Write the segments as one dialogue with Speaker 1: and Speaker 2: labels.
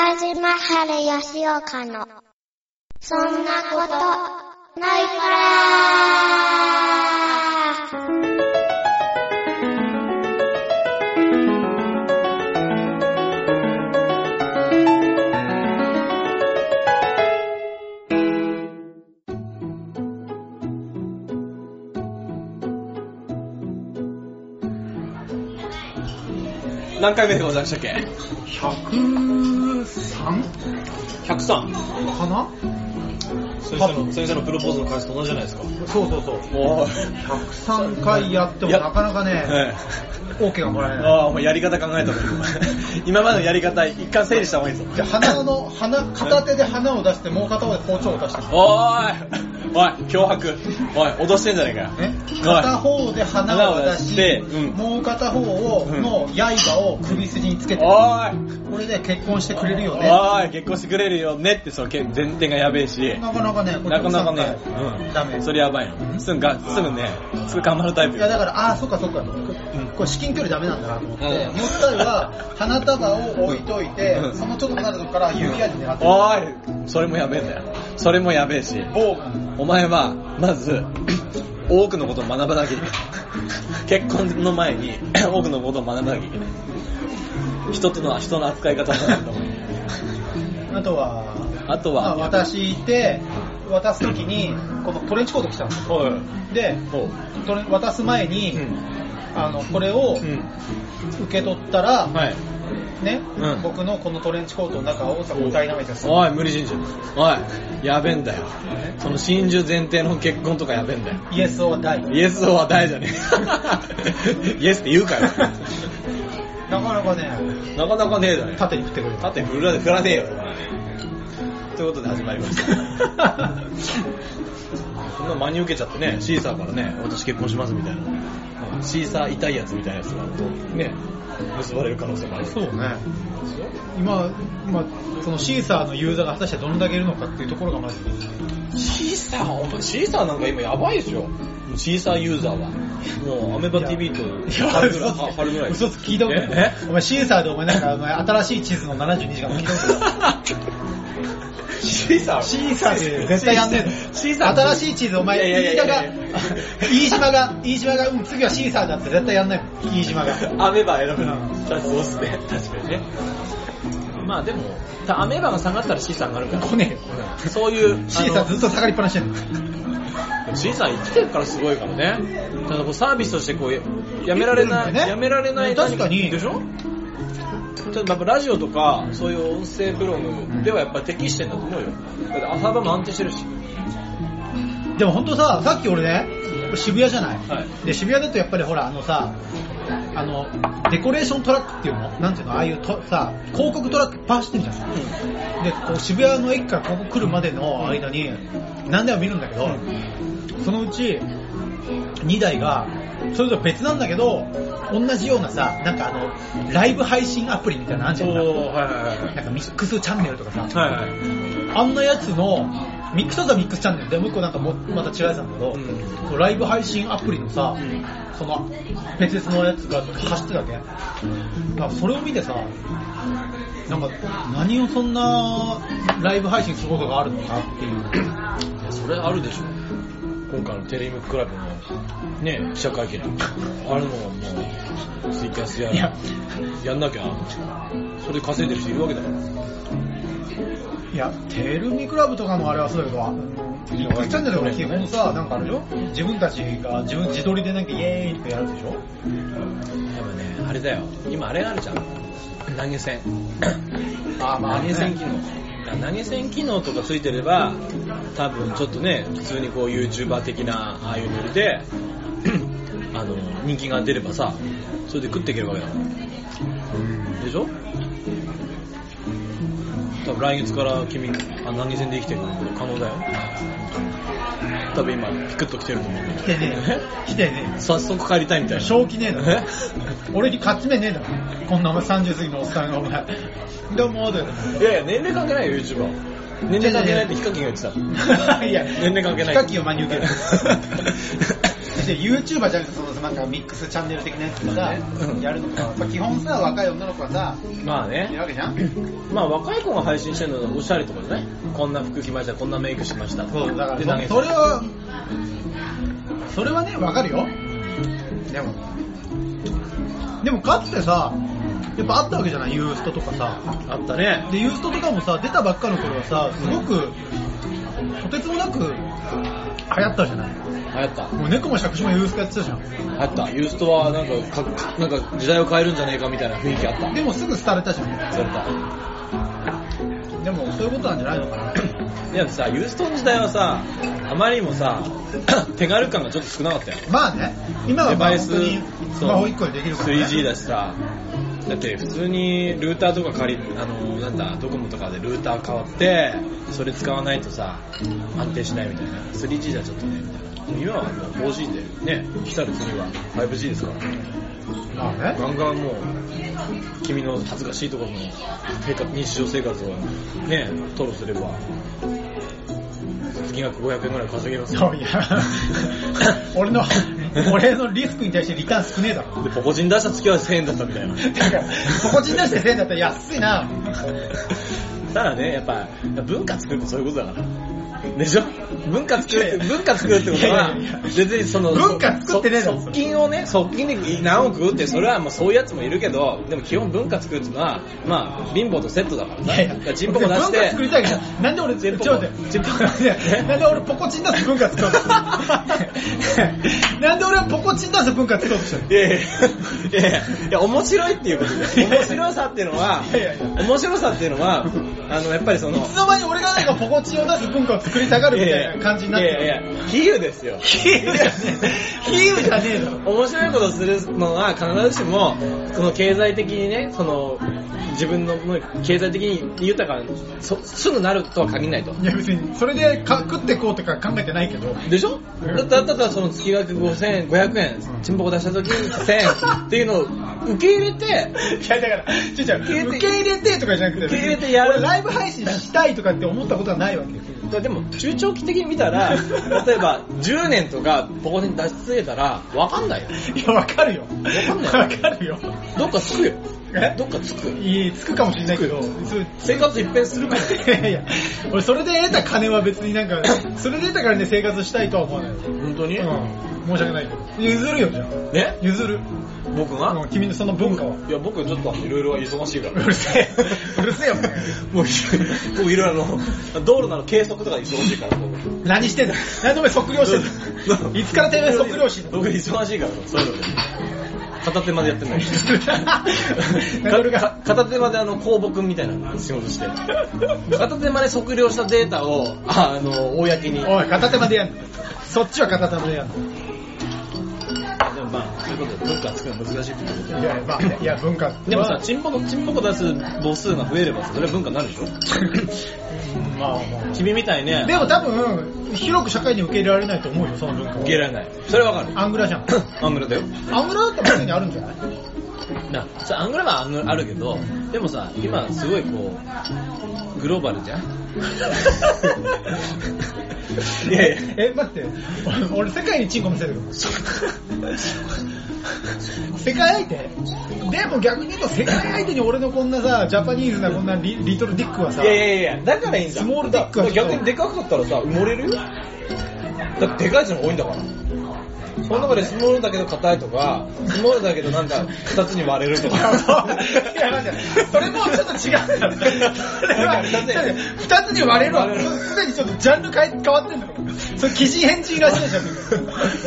Speaker 1: 山春吉岡の、そんなこと、ないから
Speaker 2: 何回目でございましたっけ
Speaker 3: 103?
Speaker 2: ?103。
Speaker 3: かな
Speaker 2: 先生の、先生のプロポーズの回数と同じじゃないですか。
Speaker 3: そうそうそう。
Speaker 2: お
Speaker 3: 103回やっても
Speaker 2: いや
Speaker 3: なかなかね、
Speaker 2: ええ
Speaker 3: OK がもらえない。
Speaker 2: ああ、お前やり方考えたの今までのやり方、一回整理した方がいいぞ。
Speaker 3: じゃあ鼻の、鼻、片手で鼻を出して、もう片方で包丁を出して。
Speaker 2: おーいおい、脅迫。おい、脅してんじゃねえかよ。
Speaker 3: ね、片方で鼻を出し、
Speaker 2: 鼻を出してうん
Speaker 3: もう片方を、
Speaker 2: うん
Speaker 3: の刃を首筋につけて、
Speaker 2: おい
Speaker 3: これで結婚してくれるよね。
Speaker 2: おい、結婚してくれるよねって、そう、け前提がやべえし。
Speaker 3: なかなかね、これ
Speaker 2: なかなかね、うん。
Speaker 3: ダメ。
Speaker 2: それやばいよ。すぐが、すぐね、すぐ頑張るタイプ
Speaker 3: い
Speaker 2: よ
Speaker 3: や。だから、ああー、そっかそっかと、これ至近距離ダメなんだなと思って、もう一回は花束を置いといて、
Speaker 2: うん
Speaker 3: そのちょっと離れたとこから指輪で狙ってる。
Speaker 2: おいそれもやべえんだよ。それもやべえし。
Speaker 3: ボーガン。
Speaker 2: お前は、まず、多くのことを学ばなきゃいけない。結婚の前に、多くのことを学ばなきゃいけない。人との、人の扱い方だなと思う。
Speaker 3: あとは、
Speaker 2: あとは
Speaker 3: まあ私いて、渡すときに、このトレンチコート着たんですよ。
Speaker 2: おい。
Speaker 3: で、
Speaker 2: おう。
Speaker 3: トレ渡す前に、
Speaker 2: ん。
Speaker 3: あの、これを受け取ったら、
Speaker 2: はい。
Speaker 3: ね、
Speaker 2: うん
Speaker 3: 僕のこのトレンチコートの中を歌いなめて
Speaker 2: おい、無理心中。おい、やべえんだよ。その真珠前提の結婚とかやべえんだよ。
Speaker 3: イエスを大。
Speaker 2: イエスは大じゃね え。イエスって言うから。
Speaker 3: なかなかね、
Speaker 2: なかなかねえだね。
Speaker 3: 縦に振ってくれる。
Speaker 2: 縦振ら振らねえよ、そんなねということで始まりました。そんな真に受けちゃってね、シーサーからね、私結婚しますみたいな。シーサー痛いやつみたいなやつが、 ね、結ばれる可能性もある。
Speaker 3: そうね。今、今、そのシーサーのユーザーが果たしてどんだけいるのかっていうところがまず、
Speaker 2: シーサー、お前シーサーなんか今やばいでしょ。シーサーユーザーは。もう、アメバ TV と春ぐらい、は春ぐらい。
Speaker 3: 嘘つき聞いたことない
Speaker 2: え。
Speaker 3: お前シーサーでお前なんか、お前新しい地図の72時間聞いたことない。
Speaker 2: シーサー
Speaker 3: シーサーで絶対やんねえ
Speaker 2: シーサー
Speaker 3: 新しい地図お前、
Speaker 2: いやいや
Speaker 3: 飯
Speaker 2: いやい
Speaker 3: 田が
Speaker 2: や、
Speaker 3: 飯島が、飯島が、うん、次はシーサーだって絶対やんないもん。飯島が。
Speaker 2: アメバ選ぶ
Speaker 3: う
Speaker 2: な。そうっすね。確かにね。まあでも、アメーバが下がったら C さんがあるから。
Speaker 3: 来ねえよ。
Speaker 2: そういう、
Speaker 3: シーサーずっと下がりっぱなしやん。
Speaker 2: あの C さん生きてるからすごいからね。ただこうサービスとしてこう、やめられない、
Speaker 3: 生きてるんだよね
Speaker 2: やめられない。
Speaker 3: 確かに
Speaker 2: でしょただやっぱラジオとか、そういう音声ブログではやっぱ適してんだと思うよ。だって朝晩も安定してるし。
Speaker 3: でも本当さ、さっき俺ね、渋谷じゃない、
Speaker 2: は
Speaker 3: で、渋谷だとやっぱりほら、あのさ、あの、デコレーショントラックっていうのなんていうのああいうとさ、広告トラックいっぱい走ってるじゃん。で、こう渋谷の駅からここ来るまでの間に、何台も見るんだけど、そのうち、2台が、それぞれ別なんだけど、同じようなさ、なんかあの、ライブ配信アプリみたいなのあんじゃん。なん
Speaker 2: おー、はいはいはい。
Speaker 3: かミックスチャンネルとかさ、
Speaker 2: はいはい。
Speaker 3: あんなやつの、ミックスとはミックスチャンネルで、もう一個なんかもまた違うやつなんだけど、
Speaker 2: う
Speaker 3: ライブ配信アプリのさ、
Speaker 2: うん
Speaker 3: その別々のやつが走ってたわけ。だからそれを見てさ、なんか何をそんなライブ配信することがあるのかっていう。
Speaker 2: いやそれあるでしょ今回のテレビクラブのね記者会見とかあるのはもうツイキャスや
Speaker 3: いや
Speaker 2: やんなきゃそれ稼いでる人いるわけだから
Speaker 3: いや、テルミクラブとかのあれはそうだけど、あミックスチャンネルは基本さ、なんかあれでしょ自分たちが自分自撮りでなんかイエーイってやるでしょ
Speaker 2: やっぱねあれだよ今あれがあるじゃん投げ銭
Speaker 3: あーまあ
Speaker 2: 投げ銭機能だから投げ銭機能とかついてれば多分ちょっとね普通にこう YouTuber 的なああいうノリで あの人気が出ればさそれで食っていけるわけだからでしょ多分来月から君、あ、何線で生きてるのこれ可能だよ。多分今、ピクッと来てると思うけど
Speaker 3: 来てね えよ。来てねえよ。
Speaker 2: 早速帰りたいみたいな。
Speaker 3: 正気ね えだ
Speaker 2: え
Speaker 3: ろ。俺に勝ち目ねえだろ。こんなお前30過ぎのおっさんがお前。どうもだよ。
Speaker 2: いやいや、年齢関係ないよ、YouTuber。年 齢関係ないってヒカキンが言ってた。
Speaker 3: いや、
Speaker 2: 年齢関係ない
Speaker 3: ヒカキンを真に受ける。で YouTuber じゃなくてそのなんかミックスチャンネル的なやつで
Speaker 2: まあ
Speaker 3: さ
Speaker 2: ねうん
Speaker 3: やるのか、まあ、基本さ若い女の子はさ
Speaker 2: まあ
Speaker 3: いる
Speaker 2: ね。
Speaker 3: わけじゃん
Speaker 2: まあ若い子が配信してるのはおしゃれとかじゃないこんな服着ました、こんなメイクしました。
Speaker 3: そうだから
Speaker 2: で投げ
Speaker 3: そ
Speaker 2: て
Speaker 3: それはそれはねわかるよでもでもかつてさやっぱあったわけじゃないユーストとかさ
Speaker 2: あったね。
Speaker 3: でユーストとかもさ出たばっかの頃はさすごくとてつもなく流行ったじゃない
Speaker 2: 流行った。
Speaker 3: もう猫も尺子もユーストやってたじゃん
Speaker 2: あった。ユーストはなんか、かなんか時代を変えるんじゃねえかみたいな雰囲気あった。
Speaker 3: でもすぐ廃れたじゃん。
Speaker 2: そうやった。
Speaker 3: でもそういうことなんじゃないのか な。
Speaker 2: いやさ、ユーストン時代はさ、あまりにもさ、 手軽感がちょっと少なかったよ。
Speaker 3: まあね、今は
Speaker 2: デ
Speaker 3: まあ
Speaker 2: バイ
Speaker 3: 本
Speaker 2: ス
Speaker 3: 当に、スマホ1個でできるから、ね。
Speaker 2: 3G だしさ、だって普通にルーターとか借り、あの、なんだ、ドコモとかでルーター変わって、それ使わないとさ、安定しないみたいな。3G じゃちょっとね、みたいな。今はもう 4G で、ね、来たる次は 5G ですから、
Speaker 3: まあね。
Speaker 2: ガンガンもう、君の恥ずかしいところの生活日常生活をね、吐露すれば、月額500円ぐらい稼げますよ。
Speaker 3: いや、 俺の、俺のリスクに対してリターン少ねえだろ。
Speaker 2: で、ポコチン出した月は1000円だったみたいな。
Speaker 3: だから、ここちん出して1000円だったら安いな。
Speaker 2: ただね、やっぱ、文化作るってそういうことだから。でしょ文化作るって、文化作るってことはい
Speaker 3: やいやいや、
Speaker 2: 別にその、
Speaker 3: 文化作ってねえだ
Speaker 2: そ
Speaker 3: ろ
Speaker 2: 側近をね、側近で何億打って、それはもうそういうやつもいるけど、でも基本文化作るってのは、まあ、貧乏とセットだから
Speaker 3: い
Speaker 2: さ。
Speaker 3: やいや
Speaker 2: だからチンポコ出し
Speaker 3: 文化
Speaker 2: て
Speaker 3: 作、りたいから、なんで俺、ち
Speaker 2: チ
Speaker 3: ょ
Speaker 2: ン
Speaker 3: っ
Speaker 2: ポ
Speaker 3: と
Speaker 2: コ
Speaker 3: 待って、
Speaker 2: チンポコ
Speaker 3: いやなんで俺ポコチン出す文化作 ろうとしてるなんで俺はポコチン出す文化作ろうとしてる
Speaker 2: いやいやいやいやいや、面白いっていうことです。面白さっていうのは、
Speaker 3: いやいやいや
Speaker 2: 面白さっていうのは、あの、やっぱりその
Speaker 3: い、つの間に俺がなんかポコチンを出す文化を作りたがるみたいな感じになってる。
Speaker 2: いやいやいや、比喩ですよ。
Speaker 3: 比喩じゃねえ。比喩じゃねえだろ。
Speaker 2: 面白いことするのは必ずしもその経済的にねその自分のもう経済的に豊かにそすぐなるとは限らないと
Speaker 3: いや別に、それでか食ってこうとか考えてないけど。
Speaker 2: でしょだってあったらその月額5000円500円チンポコ出した時に1000円っていうのを受け入れて
Speaker 3: いやだから、ちょちょ、受け入れてとかじゃなくて、
Speaker 2: 受け入れてやる
Speaker 3: 俺ライブ配信したいとかって思ったことはないわけですよ。
Speaker 2: でも中長期的に見たら例えば10年とかポコに出し続けたら分かんないよ
Speaker 3: いや、わかるよ。
Speaker 2: わ
Speaker 3: わ
Speaker 2: か
Speaker 3: か
Speaker 2: んない
Speaker 3: るよ。
Speaker 2: どっかつくよ
Speaker 3: え
Speaker 2: どっかつく
Speaker 3: いい、つくかもしれないけど、そう
Speaker 2: 生活一変するから
Speaker 3: いやいや、俺それで得た金は別になんか、それで得た金で生活したいとは思わない。う
Speaker 2: 本
Speaker 3: ん、
Speaker 2: 当に、
Speaker 3: 申し訳ないけど。譲るよ、じゃあ。
Speaker 2: ね
Speaker 3: 譲る。
Speaker 2: 僕
Speaker 3: あ
Speaker 2: が、
Speaker 3: の、君のその文化を。
Speaker 2: いや、僕ちょっといろいろ忙しいから。
Speaker 3: うるせえうるせえよ
Speaker 2: もうい、もういろいろあの、道路なの計測とか忙しいから、僕。
Speaker 3: 何してんだ何でお前測量してん
Speaker 2: そう
Speaker 3: だいつからてめえ測量してんの
Speaker 2: 僕忙しいから、そういうので。片手までやってん のに
Speaker 3: ナドルが
Speaker 2: か片手まであの、公木みたいな仕事して。片手まで測量したデータを、ああの、公に。でも
Speaker 3: おい、片手までやんの。そっちは片手までやんの。
Speaker 2: まあ、そういうことで文化作るの難しいってこと
Speaker 3: い
Speaker 2: で。
Speaker 3: や、まあ、いや、文化。
Speaker 2: でもさ、チンポコ、チンポコ出す母数が増えればさ、それは文化になるでしょ
Speaker 3: まあま
Speaker 2: 君みたいね
Speaker 3: あ。、でも多分、広く社会に受け入れられないと思うよ、その文化は
Speaker 2: 受け入れられない。それはわかる。
Speaker 3: アングラじゃん。
Speaker 2: アングラだよ。
Speaker 3: アングラだったら別にあるんじゃない
Speaker 2: な、そうアングラはアングラあるけど、でもさ、今すごいこう、グローバルじゃん いや いや、
Speaker 3: え、待って、俺、俺世界にチンコ見せるよ。世界相手でも逆に言うと世界相手に俺のこんなさ、ジャパニーズなこんなリリトルディックはさ、
Speaker 2: いやいやいや、だからいいんだ。
Speaker 3: スモールディックは
Speaker 2: だ逆にでかかったらさ、埋もれるよ。だってでかい人の方が多いんだから。その中でスモールだけど硬いとか、スモールだけどなんか二つに割れると
Speaker 3: いや、
Speaker 2: か。
Speaker 3: 待って、それもうちょっと違うからね。それは、二つに割れるわ。すでにちょっとジャンル変え変わってんだから。それ、奇人変人いらっしゃるじ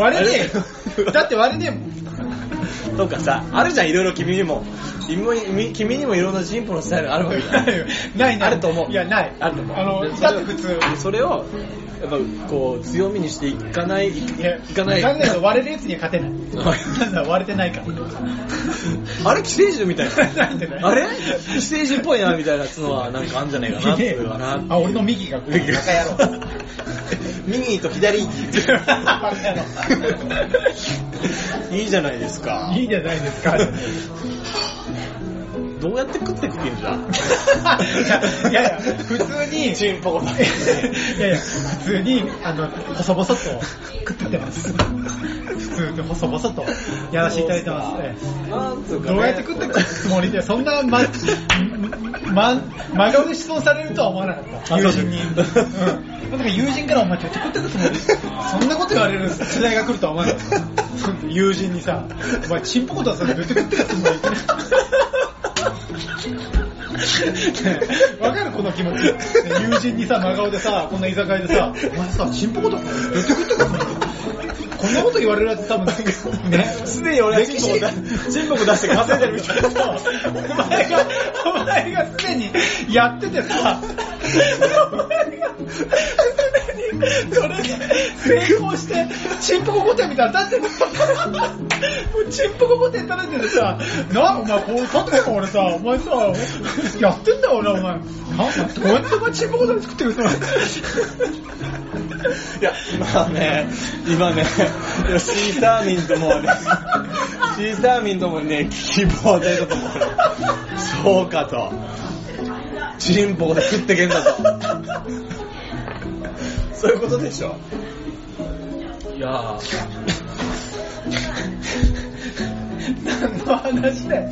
Speaker 3: ゃん。割れねえよ。だって割れねえもん。
Speaker 2: とかさ、あるじゃん、いろいろ君にも。君君にもいろんな進歩のスタイルがあるわけじゃん。
Speaker 3: ないない。
Speaker 2: あると思う。
Speaker 3: いや、ない。
Speaker 2: あると思う。
Speaker 3: あ
Speaker 2: で
Speaker 3: の、だって普通。
Speaker 2: それを、やっぱこう、強みにしていかない、い
Speaker 3: いや、
Speaker 2: いかない。
Speaker 3: 残念だけど割れるやつには勝てない。なんだ、割れてないから。
Speaker 2: あれ寄生獣みたい
Speaker 3: なんでね
Speaker 2: な。あれ寄生獣っぽいな、みたいなやつのは、なんかあんじゃねえかな、っていうのはな。
Speaker 3: あ、俺の右が、バカ野郎。
Speaker 2: 右と左。
Speaker 3: バカ
Speaker 2: いいじゃないですか。
Speaker 3: いいじゃないですか。
Speaker 2: どうやって食ってくんじゃん
Speaker 3: いやいや、普通に、
Speaker 2: チンポコだけ
Speaker 3: いやいや、普通に、あの、細々と食ってます。普通に細々とやらせていただいてます。え
Speaker 2: なんつう
Speaker 3: え
Speaker 2: か、
Speaker 3: どうやって食ってくつもりで、そんな、ま、ま、真顔で質問されるとは思わなかった。
Speaker 2: あ
Speaker 3: 友
Speaker 2: そう
Speaker 3: 人に。うん。なんか友人からお前どうやって食ってくつもりそんなこと言われる時代が来るとは思わなかった。友人にさ、お前チンポコとはそれどうやって食ってくつもり わかるこの気持ち。友人にさ、真顔でさ、こんな居酒屋でさ、お前さ、チンポコとか言ってくってことこんなこと言われるやつ多分、ね。
Speaker 2: すでに俺はチンポコ出チンポコ出して稼いでるみたいな。
Speaker 3: お前が、お前がすでにやっててさ、お前がすでにそれで成功して、チンポコ御殿みたいなの立ってた。もうチンポコ御殿立ててさ、な、お前こう立ってた俺さ、お前さ、やってんだよ俺、お前。なんだ、どうやってお前チンポコ御殿作ってくれた
Speaker 2: いや、今ね、今ね、いやシーサーミンともね、シーサーミンともね、希望でと思う。そうかと。チンポコで食ってけんだと。そういうことでしょ。いやー、
Speaker 3: 何の話だよ。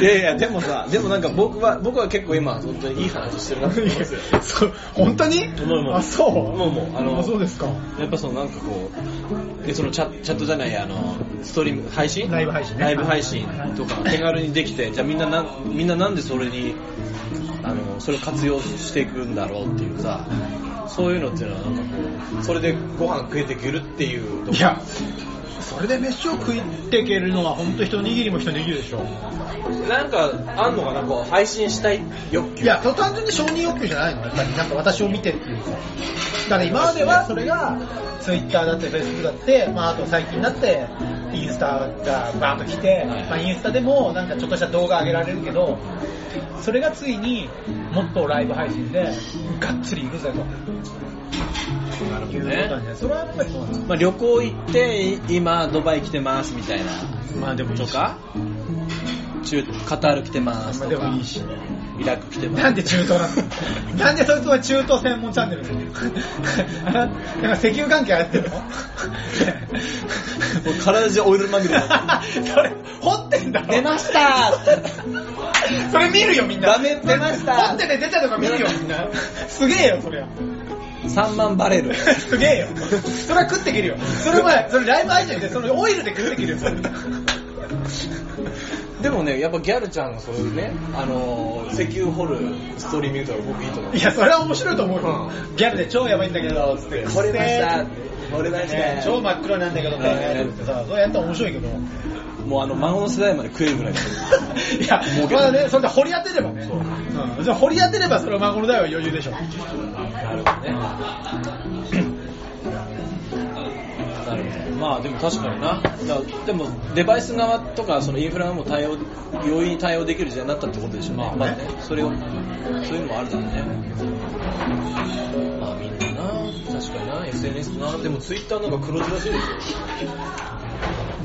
Speaker 2: いやいや、でもさ、でもなんか僕は、僕は結構今、本当にいい話してるなと思いますよ。
Speaker 3: そう 本当に
Speaker 2: 思う思う
Speaker 3: あ、そう
Speaker 2: 思う思うあの
Speaker 3: あ、そうですか。
Speaker 2: やっぱそのなんかこう、でそのチャチャットじゃない、あの、ストリーム、配信
Speaker 3: ライブ配信ね
Speaker 2: ライブ配信とか手軽にできて、じゃあみんななん、みんななんでそれに、あの、それを活用していくんだろうっていうさ、そういうのっていうのはなんかこう、それでご飯食えてくるっていうとこ
Speaker 3: いや、それで飯を食っていけるのは本当一握りも一握りでしょ。
Speaker 2: なんかあんのかな、こう、配信したい欲求。
Speaker 3: いや、単純に承認欲求じゃないのやっぱりなんか私を見てっていうさ。だから今まではそれが Twitter だって Facebook だって、まああと最近になってインスタがバーンと来て、まあインスタでもなんかちょっとした動画上げられるけど、それがついにもっとライブ配信でがっつり行くぜと。
Speaker 2: なる
Speaker 3: いうことなんじゃないそれはやっぱりそうなんだ。
Speaker 2: まあ、旅行行って、い今、ドバイ来てますみたいな。
Speaker 3: まあでもいい
Speaker 2: と
Speaker 3: し
Speaker 2: か、中カタール来てます
Speaker 3: まあ
Speaker 2: と
Speaker 3: で
Speaker 2: か、
Speaker 3: もいいし。
Speaker 2: イラク来てます。
Speaker 3: なんで中東なの なんでそいつは中東専門チャンネルなのなんか石油関係やってるの
Speaker 2: もう体中オイルまみれに なっ
Speaker 3: それ、掘ってんだろ
Speaker 2: 出ました
Speaker 3: それ見るよみんな
Speaker 2: 画面出ました
Speaker 3: 掘ってて出たとか見るよみんなすげえよそりゃ
Speaker 2: て !3 万バレル。
Speaker 3: すげえよそれは食ってけるよそれお前それライブ配信でそれオイルで食ってけるよそれ
Speaker 2: でもね、やっぱギャルちゃんがそういうね、あのー、石油掘るストーリー見ると僕いいと思う
Speaker 3: い。やそれは面白いと思うよ、
Speaker 2: う
Speaker 3: ギャルで超やばいんだけどつって
Speaker 2: 掘れました掘れました、
Speaker 3: ね超真っ黒なんだけどねってさそれやったら面 白いけど
Speaker 2: もうあの、孫の世代まで食えるぐらい。
Speaker 3: いや、まあね、それで掘り当てればね。
Speaker 2: そう
Speaker 3: うん。じゃあ掘り当てれば、それは孫の代は余裕でしょ。
Speaker 2: なるほどね。なるほど。まあでも確かにな。だからでもデバイス側とかそのインフラも対応、容易に対応できる時代になったってことでしょ。まあまあね、それを、そういうのもあるだろうね。まあみんなな、確かにな、SNS な。でもツイッターなんか黒字らしいです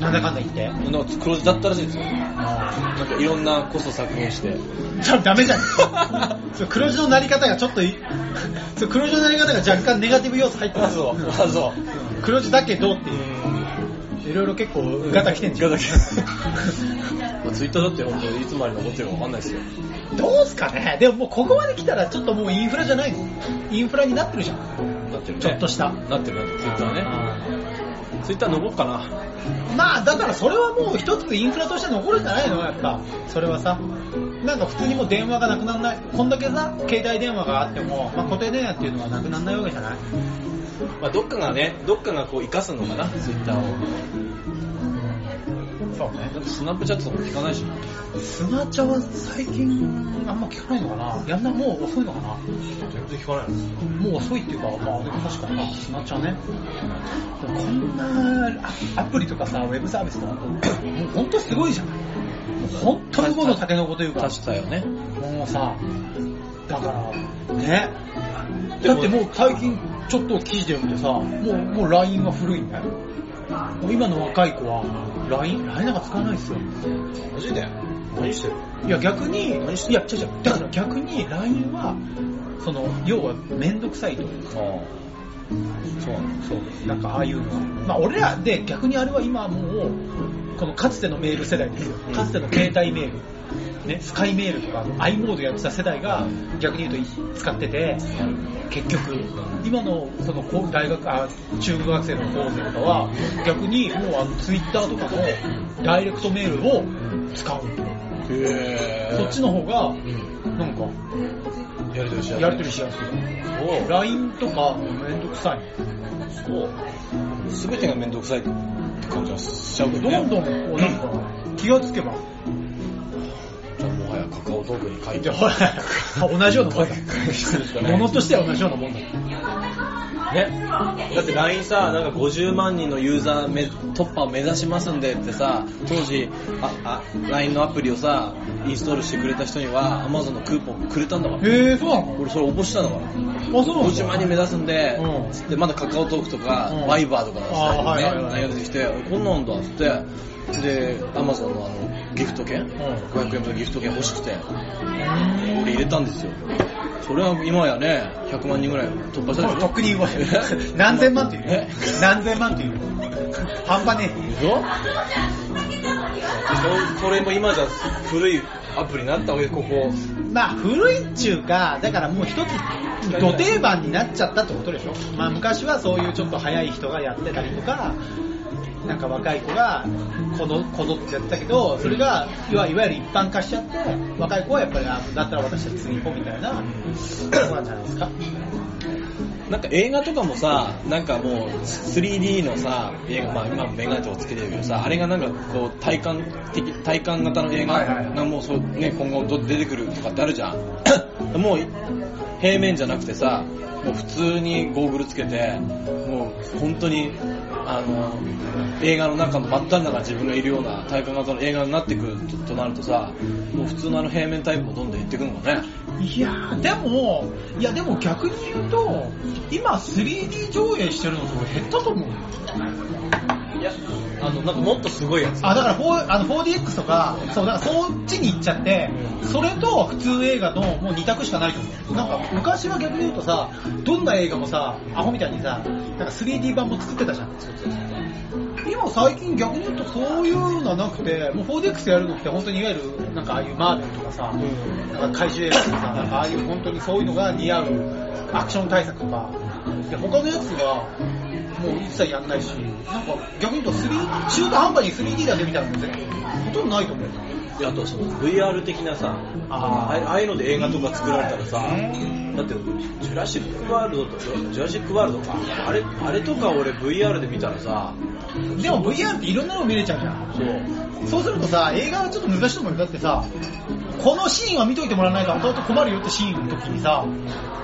Speaker 3: なんだかんだ言って。
Speaker 2: よ。なんか黒字だったらしいですよ。なんかいろんなコスト削減して。
Speaker 3: じゃあダメじゃん。そう黒字のなり方がちょっとい、そう黒字のなり方が若干ネガティブ要素入って
Speaker 2: あ、
Speaker 3: ま
Speaker 2: そう。あ、そう。
Speaker 3: 黒字だけどって
Speaker 2: う
Speaker 3: い
Speaker 2: ん
Speaker 3: う。いろいろ結構、ガタ来てんじゃん。
Speaker 2: ガタ来てツイッターだって本当いつまで残ってるかわかんないですよ。
Speaker 3: どうすかねでももうここまで来たらちょっともうインフラじゃないのインフラになってるじゃん。
Speaker 2: なってるね。
Speaker 3: ちょっとした。
Speaker 2: なってるなってる、ツイッターね。ツイッター登ろうかな。
Speaker 3: まあだからそれはもう一つインフラとして残るんじゃないのやっぱそれはさなんか普通にもう電話がなくならないこんだけさ携帯電話があっても、まあ、固定電話っていうのはなくならないわけじゃない
Speaker 2: まあどっかがね、どっかがこう生かすのかな、ツイッターを。
Speaker 3: そうね
Speaker 2: だってスナップチャットとか聞かないしな。
Speaker 3: スナチャは最近あんま聞かないのかなやんなもう遅いのかな
Speaker 2: 全然聞かないです。
Speaker 3: もう遅いっていうか、まあ、でも確かにな、スナチャね。でもこんなアアプリとかさ、ウェブサービスとか、もう本当すごいじゃん。もう本当にこの竹の子というか、
Speaker 2: 確かよね。
Speaker 3: もうさ、だから、ね。
Speaker 2: でも
Speaker 3: だってもう最近ちょっと記事で読んでさ、もう、もう LINE は古いんだよ。もう今の若い子は LINE、LINE なんか使わないっすよ。
Speaker 2: マジで
Speaker 3: う
Speaker 2: 何してる
Speaker 3: いや逆に、いや違う違
Speaker 2: 何し
Speaker 3: う、だから逆に LINE は、その、要はめんどくさいというか、
Speaker 2: ああそうなんだ
Speaker 3: そう、なんかああいうのは、まあ俺らで逆にあれは今はもう、このかつてのメール世代ですよ
Speaker 2: う。ん
Speaker 3: かつての携帯メール。ね、スカイメールとか i モードやってた世代が逆に言うと使ってて結局今のその高大学あ中学生の高校生とかは逆にもうあのツイッターとかのダイレクトメールを使う
Speaker 2: へ
Speaker 3: そっちの方がなんか
Speaker 2: やりとりし
Speaker 3: やり取りしやすい。
Speaker 2: お
Speaker 3: LINE とかめんどくさい。
Speaker 2: うすべてがめんどくさいって感じはしちゃうけど
Speaker 3: どん
Speaker 2: ね
Speaker 3: どんこうなんか気がつけば。
Speaker 2: じゃあもはやカカオトークに書い
Speaker 3: い
Speaker 2: て
Speaker 3: や
Speaker 2: ある
Speaker 3: ほら、同じような もんだ。
Speaker 2: 物
Speaker 3: 物としては同じようなもんだ。
Speaker 2: ね、だって LINE さ、なんか50万人のユーザーめ突破を目指しますんでってさ、当時、あ、あ、LINE のアプリをさ、インストールしてくれた人には Amazon のクーポンくれたんだから。
Speaker 3: へえ、そうなの
Speaker 2: 俺それ応募したんだから。
Speaker 3: あ、そうなの
Speaker 2: 50万人目指すんで、
Speaker 3: うん
Speaker 2: つってまだカカオトークとか、
Speaker 3: うん
Speaker 2: バイバーとかさ、
Speaker 3: あーはい
Speaker 2: ね、
Speaker 3: はいはい
Speaker 2: 内容出てきて、こんなんだっつって、で、Amazon のあの、ギフト券、500円分のギフト券欲しくて、俺入れたんですよ。それは今やね、100万人ぐらい突破したでし
Speaker 3: と
Speaker 2: ょ
Speaker 3: っくに言 われる
Speaker 2: え。
Speaker 3: 何千万っていう
Speaker 2: え
Speaker 3: ね。何千万っていう。半端ね
Speaker 2: でしょそそれも今じゃ古いアプリになったわけここ
Speaker 3: え。まあ、古いっちゅうか、だからもう一つ、土定番になっちゃったってことでしょ。まあ、昔はそういうちょっと早い人がやってたりとか、なんか若い子が、この、こぞってやってたけど、それが、いわいわゆる一般化しちゃって、若い子はやっぱり、あだったら私たち次行こうみたいな、そうなんじゃないですか。
Speaker 2: なんか映画とかもさなんかもう 3D のさ映画まあ今もメガネとかつけてるけどさあれがなんかこう体感的体感型の映画
Speaker 3: はいはいはい
Speaker 2: がもうそうね今後ど出てくるとかってあるじゃ んもう平面じゃなくてさもう普通にゴーグルつけてもう本当にあの映画の中の真っ只中に自分がいるような体感型の映画になってくるととなるとさもう普通のあの平面タイプもどんどんいってくるのね
Speaker 3: いやー、でも、いやでも逆に言うと、今 3D 上映してるのと減ったと思うよ
Speaker 2: いやあのなんかもっとすごいやつ
Speaker 3: あ、だから4あの 4DX とか、そう、だからそっちに行っちゃって、それと普通映画のもう2択しかないと思う。なんか昔は逆に言うとさ、どんな映画もさ、アホみたいにさ、なんか 3D 版も作ってたじゃん。今最近逆に言うとそういうのはなくて、もう 4DX やるのって本当にいわゆる、なんかああいうマーベルとかさ、なんか怪獣映画とかさ、なんかああいう本当にそういうのが似合うアクション対策とか、で他のやつがもう一切やんないし、なんか逆に言うと 3D、中途半端に 3D だけみたいなの全ほとんどないと思う。
Speaker 2: いやあとその VR 的なさああ
Speaker 3: あ
Speaker 2: あいうので映画とか作られたらさだってジュラシックワールドとかジュラシックワールドかあれあれとか俺 VR で見たらさ
Speaker 3: でも VR っていろんなの見れちゃうじゃん。
Speaker 2: そう
Speaker 3: そうするとさ、映画はちょっと難しいと思うよ。だってさ、このシーンは見といてもらわないと後々困るよってシーンの時にさ、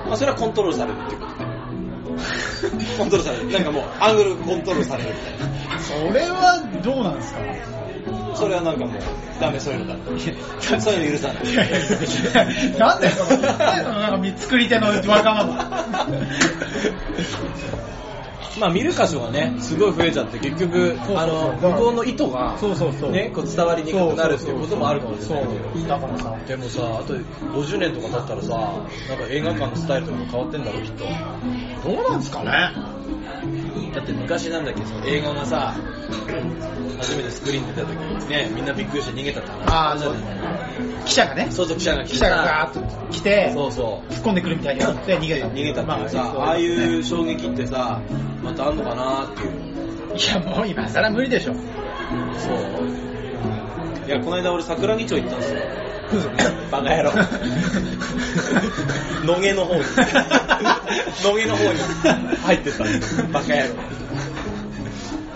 Speaker 2: まあ、それはコントロールされるっていうことね コントロールされるなんかもうアングルコントロールされるみたい
Speaker 3: それはどうなんですか
Speaker 2: なそれはなんかもうダメそういうのだそういうの許さない
Speaker 3: なんだよ、その、なんか作り手のわがまま。
Speaker 2: まあ見る箇所がね、すごい増えちゃって、結局、
Speaker 3: そう
Speaker 2: あの、
Speaker 3: だから
Speaker 2: 向こうの意図が、
Speaker 3: そうそうそう
Speaker 2: ね、こう伝わりにくくなるっていうこともあるかもしれないけど。
Speaker 3: そう、だからさ、
Speaker 2: でもさ、あと50年とか経ったらさ、なんか映画館のスタイルとかも変わってんだろう、きっと。
Speaker 3: どうなんですかね
Speaker 2: だって昔なんだっけ、その映画が さ、初めてスクリーンに出た時にね、みんなびっくりして逃げたって話
Speaker 3: ああ
Speaker 2: ったじゃない
Speaker 3: 記者がね、
Speaker 2: そうそう、記者が来た
Speaker 3: 記者がガーッと来て、
Speaker 2: そうそう。
Speaker 3: 突っ込んでくるみたいになって逃げた。
Speaker 2: 逃げたっていうさ、
Speaker 3: ま
Speaker 2: ああいう衝撃ってさ、またあんのかなっていう。
Speaker 3: いや、もう今更無理でしょ。
Speaker 2: そういや、この間俺桜木町行ったんですよ。
Speaker 3: クズ。
Speaker 2: バカ 野郎。野毛の方に。野毛の方に入ってったんですよ。バカ野郎。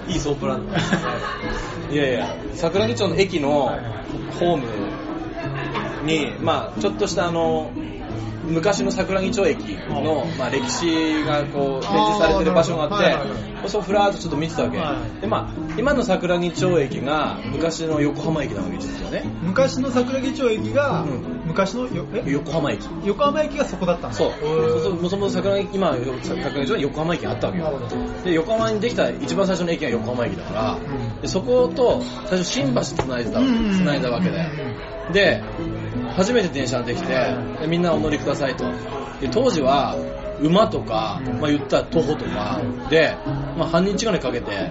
Speaker 2: いいソープランド。いやいや、桜木町の駅のホームに、まあちょっとしたあの、昔の桜木町駅の、まあ、歴史がこう展示されてる場所が
Speaker 3: あーなるほどはいはい
Speaker 2: あって、そうふらーっとちょっと見てたわけ。
Speaker 3: はい
Speaker 2: で、まあ、今の桜木町駅が昔の横浜駅なわけですよね。
Speaker 3: 昔の桜木町駅が、
Speaker 2: うん
Speaker 3: 昔のよえ
Speaker 2: 横浜駅。
Speaker 3: 横浜駅がそこだったんだ
Speaker 2: そう。そうそう
Speaker 3: う
Speaker 2: もともと桜木、今、桜木町に横浜駅があったわけ
Speaker 3: なる
Speaker 2: よ
Speaker 3: ほ。ど
Speaker 2: で、横浜にできた一番最初の駅が横浜駅だから、
Speaker 3: うん
Speaker 2: でそこと最初新橋繋いでた、
Speaker 3: うん
Speaker 2: 繋いだわけで。で、初めて電車ができて、でみんなお乗りくださいと。で、当時は、馬とか、
Speaker 3: うん
Speaker 2: まあ言ったら徒歩とか、で、まあ半日間かけて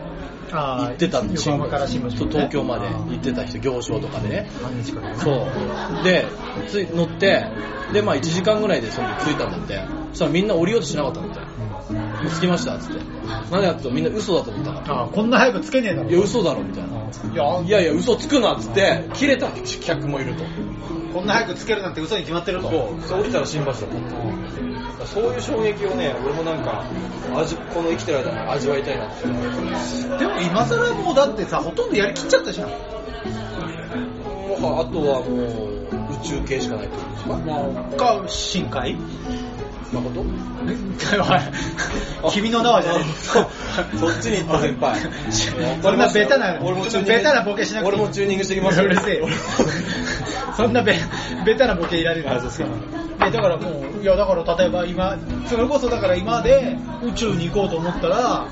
Speaker 3: あー
Speaker 2: 行ってたんです
Speaker 3: 横浜から新橋、ね、
Speaker 2: そう東京まで行ってた人、行商とかでね。
Speaker 3: 半日から
Speaker 2: そう。で、つい乗って、で、まあ1時間ぐらいでその着いたんだって。そしたらみんな降りようとしなかったんだって。もう着きましたっつって。なんでかっていうとみんな嘘だと思ったか
Speaker 3: あーこんな早くつけねえだ
Speaker 2: ら。
Speaker 3: ろ
Speaker 2: いや、嘘だろみたいな。
Speaker 3: いや
Speaker 2: いやいや、嘘つくなっつって、切れた客もいると。
Speaker 3: こんな早くつけるなんて嘘に決まってると
Speaker 2: そう、それ降りたら新橋だった。そういう衝撃をね、俺もなんか、味この生きてる間に味わいたいなって。
Speaker 3: でも今更もうだってさほとんどやりきっちゃったじゃん
Speaker 2: もうあとはもう、宇宙系しかないってことですか
Speaker 3: か深海
Speaker 2: 誠
Speaker 3: 君の名はじゃない
Speaker 2: そっちに行った先輩。
Speaker 3: そんなベタな
Speaker 2: 俺もチューニング
Speaker 3: ベタなボケしなくていい
Speaker 2: 俺もチューニングしてきます
Speaker 3: うるせえ よ
Speaker 2: 俺も
Speaker 3: そんなベベタなボケいられる
Speaker 2: あそうですか
Speaker 3: えだからもういやだから例えば今それこそだから今で宇宙に行こうと思ったら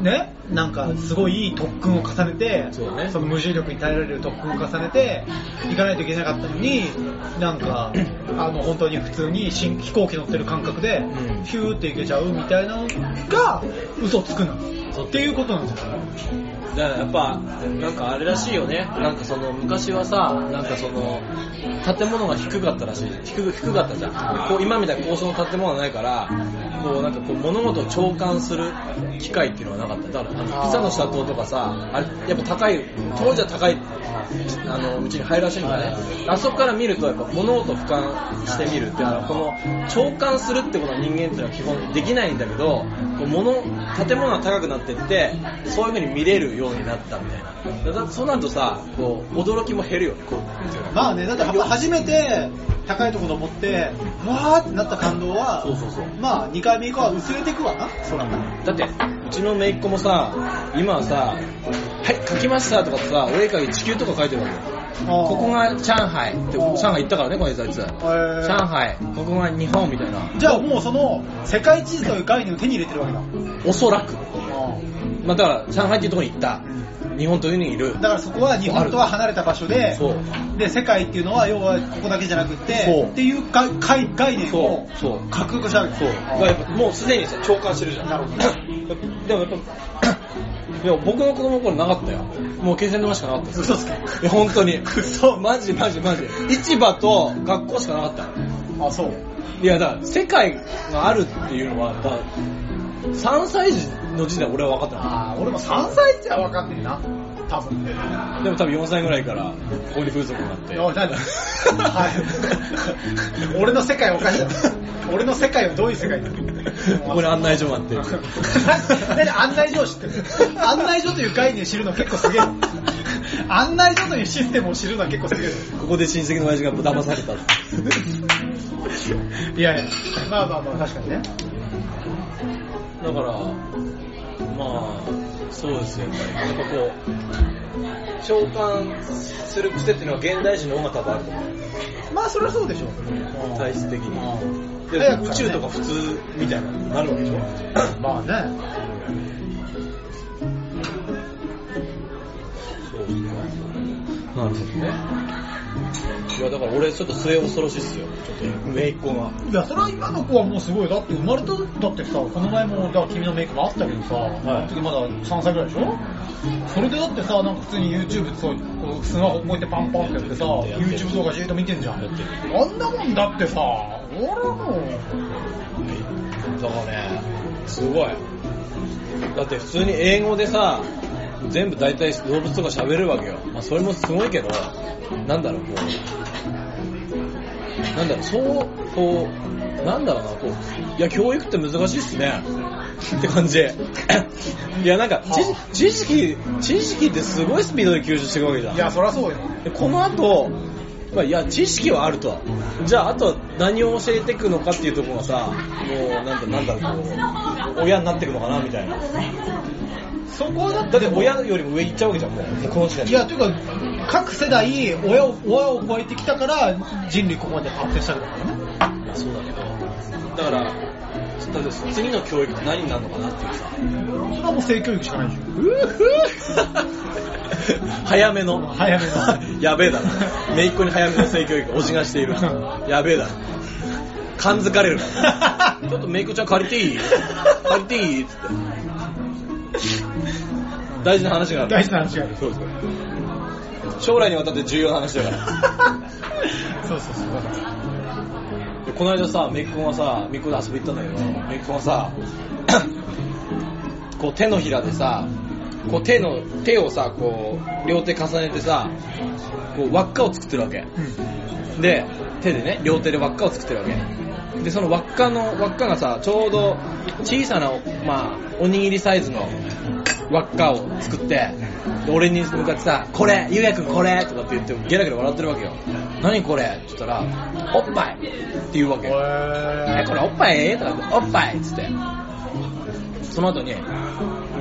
Speaker 3: ねなんかすごいいい特訓を重ねて
Speaker 2: そうね
Speaker 3: の無重力に耐えられる特訓を重ねて行かないといけなかったのになんかあの本当に普通に新飛行機乗ってる感覚で、
Speaker 2: うん
Speaker 3: ヒューって行けちゃうみたいなのが嘘つくなっていうことなんですよ
Speaker 2: だからやっぱ、なんかあれらしいよね。なんかその、昔はさ、なんかその、建物が低かったらしい。低く低かったじゃん。こう、今みたいに高層の建物がないから、こう、なんかこう、物事を長官する機会っていうのはなかった。だから、あのピザの斜塔とかさ、あれ、やっぱ高い、当時は高い、あの、うちに入るらしいんだね。あそこから見ると、やっぱ物事を俯瞰してみるっていうのは、この、長官するってことは人間っていうのは基本できないんだけど、こう物、建物が高くなってって、そういう風に見れるようになったみたいな。だだそうなるとさ、こう、驚きも減るよね、こう。
Speaker 3: まあね、だってやっぱ初めて高いとこ登って、わーってなった感動は、
Speaker 2: そうそうそう
Speaker 3: まあ2回目以降は薄れていくわな、そらな。
Speaker 2: だって、うちの姪っ子もさ、今はさ、はい、書きましたとかってさ、お絵描き地球とか書いてるわけよ。ここが上海って、
Speaker 3: あー
Speaker 2: 上海行ったからね、この間あいつ。
Speaker 3: ー
Speaker 2: 上海、ここが日本みたいな。
Speaker 3: じゃあもうその、世界地図という概念を手に入れてるわけだ。
Speaker 2: おそらく。まあ、だから、上海っていうところに行った。日本というのにいる
Speaker 3: だ。からそこは日本とは離れた場所で
Speaker 2: そう、
Speaker 3: で、世界っていうのは要はここだけじゃなく
Speaker 2: そう
Speaker 3: て、っていうか概概念
Speaker 2: そ
Speaker 3: を
Speaker 2: う、そう。
Speaker 3: 獲得したわけ
Speaker 2: そう。だからやっぱもうすでにさ、長官してるじゃん。
Speaker 3: なるほ
Speaker 2: でも やっぱ、でも僕の子供の頃なかったよ。もう気仙沼しかなかったです。
Speaker 3: 嘘つけ
Speaker 2: いや、本当に。嘘マジマジマジ。市場と学校しかなかった。
Speaker 3: あ、そう。
Speaker 2: いや、だから世界があるっていうのは、だから3歳児の時代俺は分かってなか
Speaker 3: あー俺も3歳じゃわかんねえな。多分。
Speaker 2: った。でも多分4歳ぐらいから、ここに風俗があって。
Speaker 3: おいなんだはい。俺の世界おかしいだろ。俺の世界はどういう世界だ
Speaker 2: ここに案内所があって。
Speaker 3: 何案内所を知ってる案内所という概念知るの結構すげえ案内所というシステムを知るのは結構すげえ
Speaker 2: ここで親戚の親父が騙されたって。
Speaker 3: いやいやまあまあまあ確かにね
Speaker 2: だから、まあ、そうですよね。やっぱこう、召喚する癖っていうのは現代人の方が多分あると思
Speaker 3: まあそれはそうでしょ
Speaker 2: う。体質的に。
Speaker 3: うん
Speaker 2: で宇宙とか普通みたいなのになるわけでしょ。
Speaker 3: まあね
Speaker 2: そうですね。なるほどね。いや、だから俺ちょっと末恐ろしいっすよ。ちょっと、姪っ子が。
Speaker 3: いやそれは今の子はもうすごいだって生まれただってさこの前もだから君のメイクもあったけどさ、
Speaker 2: はい
Speaker 3: あの時まだ3歳ぐらいでしょそれでだってさなんか普通に YouTube でそうこうスマホこうやってパンパンってやってさ
Speaker 2: やってる
Speaker 3: YouTube 動画じーっと見てんじゃん
Speaker 2: やってる
Speaker 3: あんなもんだってさ俺はもう
Speaker 2: だからね、すごい。だって普通に英語でさ、全部大体動物とか喋るわけよ。まあそれもすごいけど、なんだろう、こう、なんだろう、そう、こう、なんだろうな、こう、いや、教育って難しいっすね。って感じ。いや、なんか知、知識、知識ってすごいスピードで吸収していくわけじゃん。
Speaker 3: いやそりゃそうよ
Speaker 2: でこの後、まあ、いや、知識はあるとは。じゃあ、あとは何を教えていくのかっていうところがさ、もう、なんだ、なんだろう、こう、親になっていくのかな、みたいな。
Speaker 3: そこはだ
Speaker 2: だって親よりも上行っちゃうわけじゃん、もう、この時点
Speaker 3: い
Speaker 2: で。
Speaker 3: や、というか、各世代、親を、親を超えてきたから、人類ここまで発展したわけだからね。
Speaker 2: まあそうだけど。だから、だって次の教育って何になるのかなっていうさ。
Speaker 3: それはもう性教育しかないで しょ。
Speaker 2: 早めの。
Speaker 3: 早めの
Speaker 2: やべえだな。めいっ子に早めの性教育、おじがして いる。やべえだ。感づかれるな。ちょっとめいっ子ちゃん借りて いい借りていいつって。大事な話がある。
Speaker 3: 大事な話がある
Speaker 2: そうそう。将来にわたって重要な話だから。
Speaker 3: そうそうそう。だから
Speaker 2: でこの間さ、めいっ子がさ、めいっ子で遊び行ったんだけど、めいっ子がさ、 こう手のひらでさ、こう手の、手をさ、こう、両手重ねてさ、こう輪っかを作ってるわけ。で、手でね、両手で輪っかを作ってるわけ。で、その輪っかの、輪っかがさ、ちょうど小さな、まあ、おにぎりサイズの輪っかを作って、で俺に向かってさ、これ、ゆうやくんこれとかって言って、ゲラゲラ笑ってるわけよ。何これって言ったら、おっぱいって言うわけ。え、これおっぱいとかって、おっぱいっつって。その後に、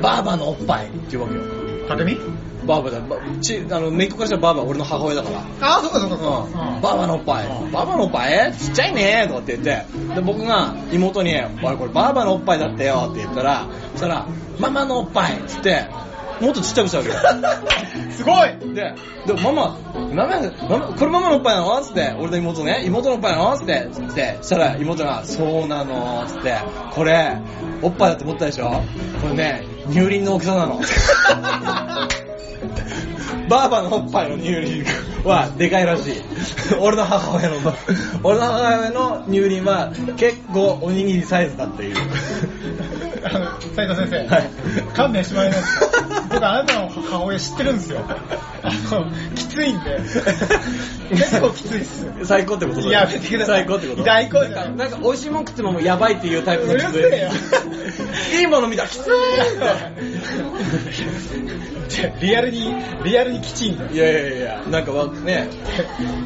Speaker 2: ばあばのおっぱいって言うわけよ。
Speaker 3: たてみ
Speaker 2: ばあばだ、ばち、あの、めいっ子からしたらばあばは俺の母親だから。
Speaker 3: ああ、そうかそうか
Speaker 2: う
Speaker 3: そうんか。
Speaker 2: バーバのおっぱい
Speaker 3: うん、
Speaker 2: バーバのおっぱいちっちゃいねとかって言って、で、僕が妹に、おい、これバーバのおっぱいだったよって言ったら、そしたら、ママのおっぱいっつって、もっとちっちゃくしたわけよ。
Speaker 3: すごい
Speaker 2: で、でもママ、ママ、ママ、これママのおっぱいなのつって、俺の妹ね、妹のおっぱいなのつって、つって、そしたら妹が、そうなのつって、これ、おっぱいだって思ったでしょこれね、乳輪の大きさなの。バーバのおっぱいの乳輪はでかいらしい。俺の母親の、俺の母親の乳輪は結構おにぎりサイズだっていう。
Speaker 3: あの斉藤先生、
Speaker 2: はい
Speaker 3: 勘弁してもらえないですか僕あなたの母親知ってるんですよあのきついんで結構きついっす
Speaker 2: 最高ってことだよ
Speaker 3: やめてください
Speaker 2: 最高ってこと
Speaker 3: 最高じゃない
Speaker 2: なんか美味しいもん食ってももうやばいっていうタイプの
Speaker 3: うるせえよ
Speaker 2: いいもの見たきつい
Speaker 3: リアルにリアルにきちいんだよ
Speaker 2: いやいやいやなんかわね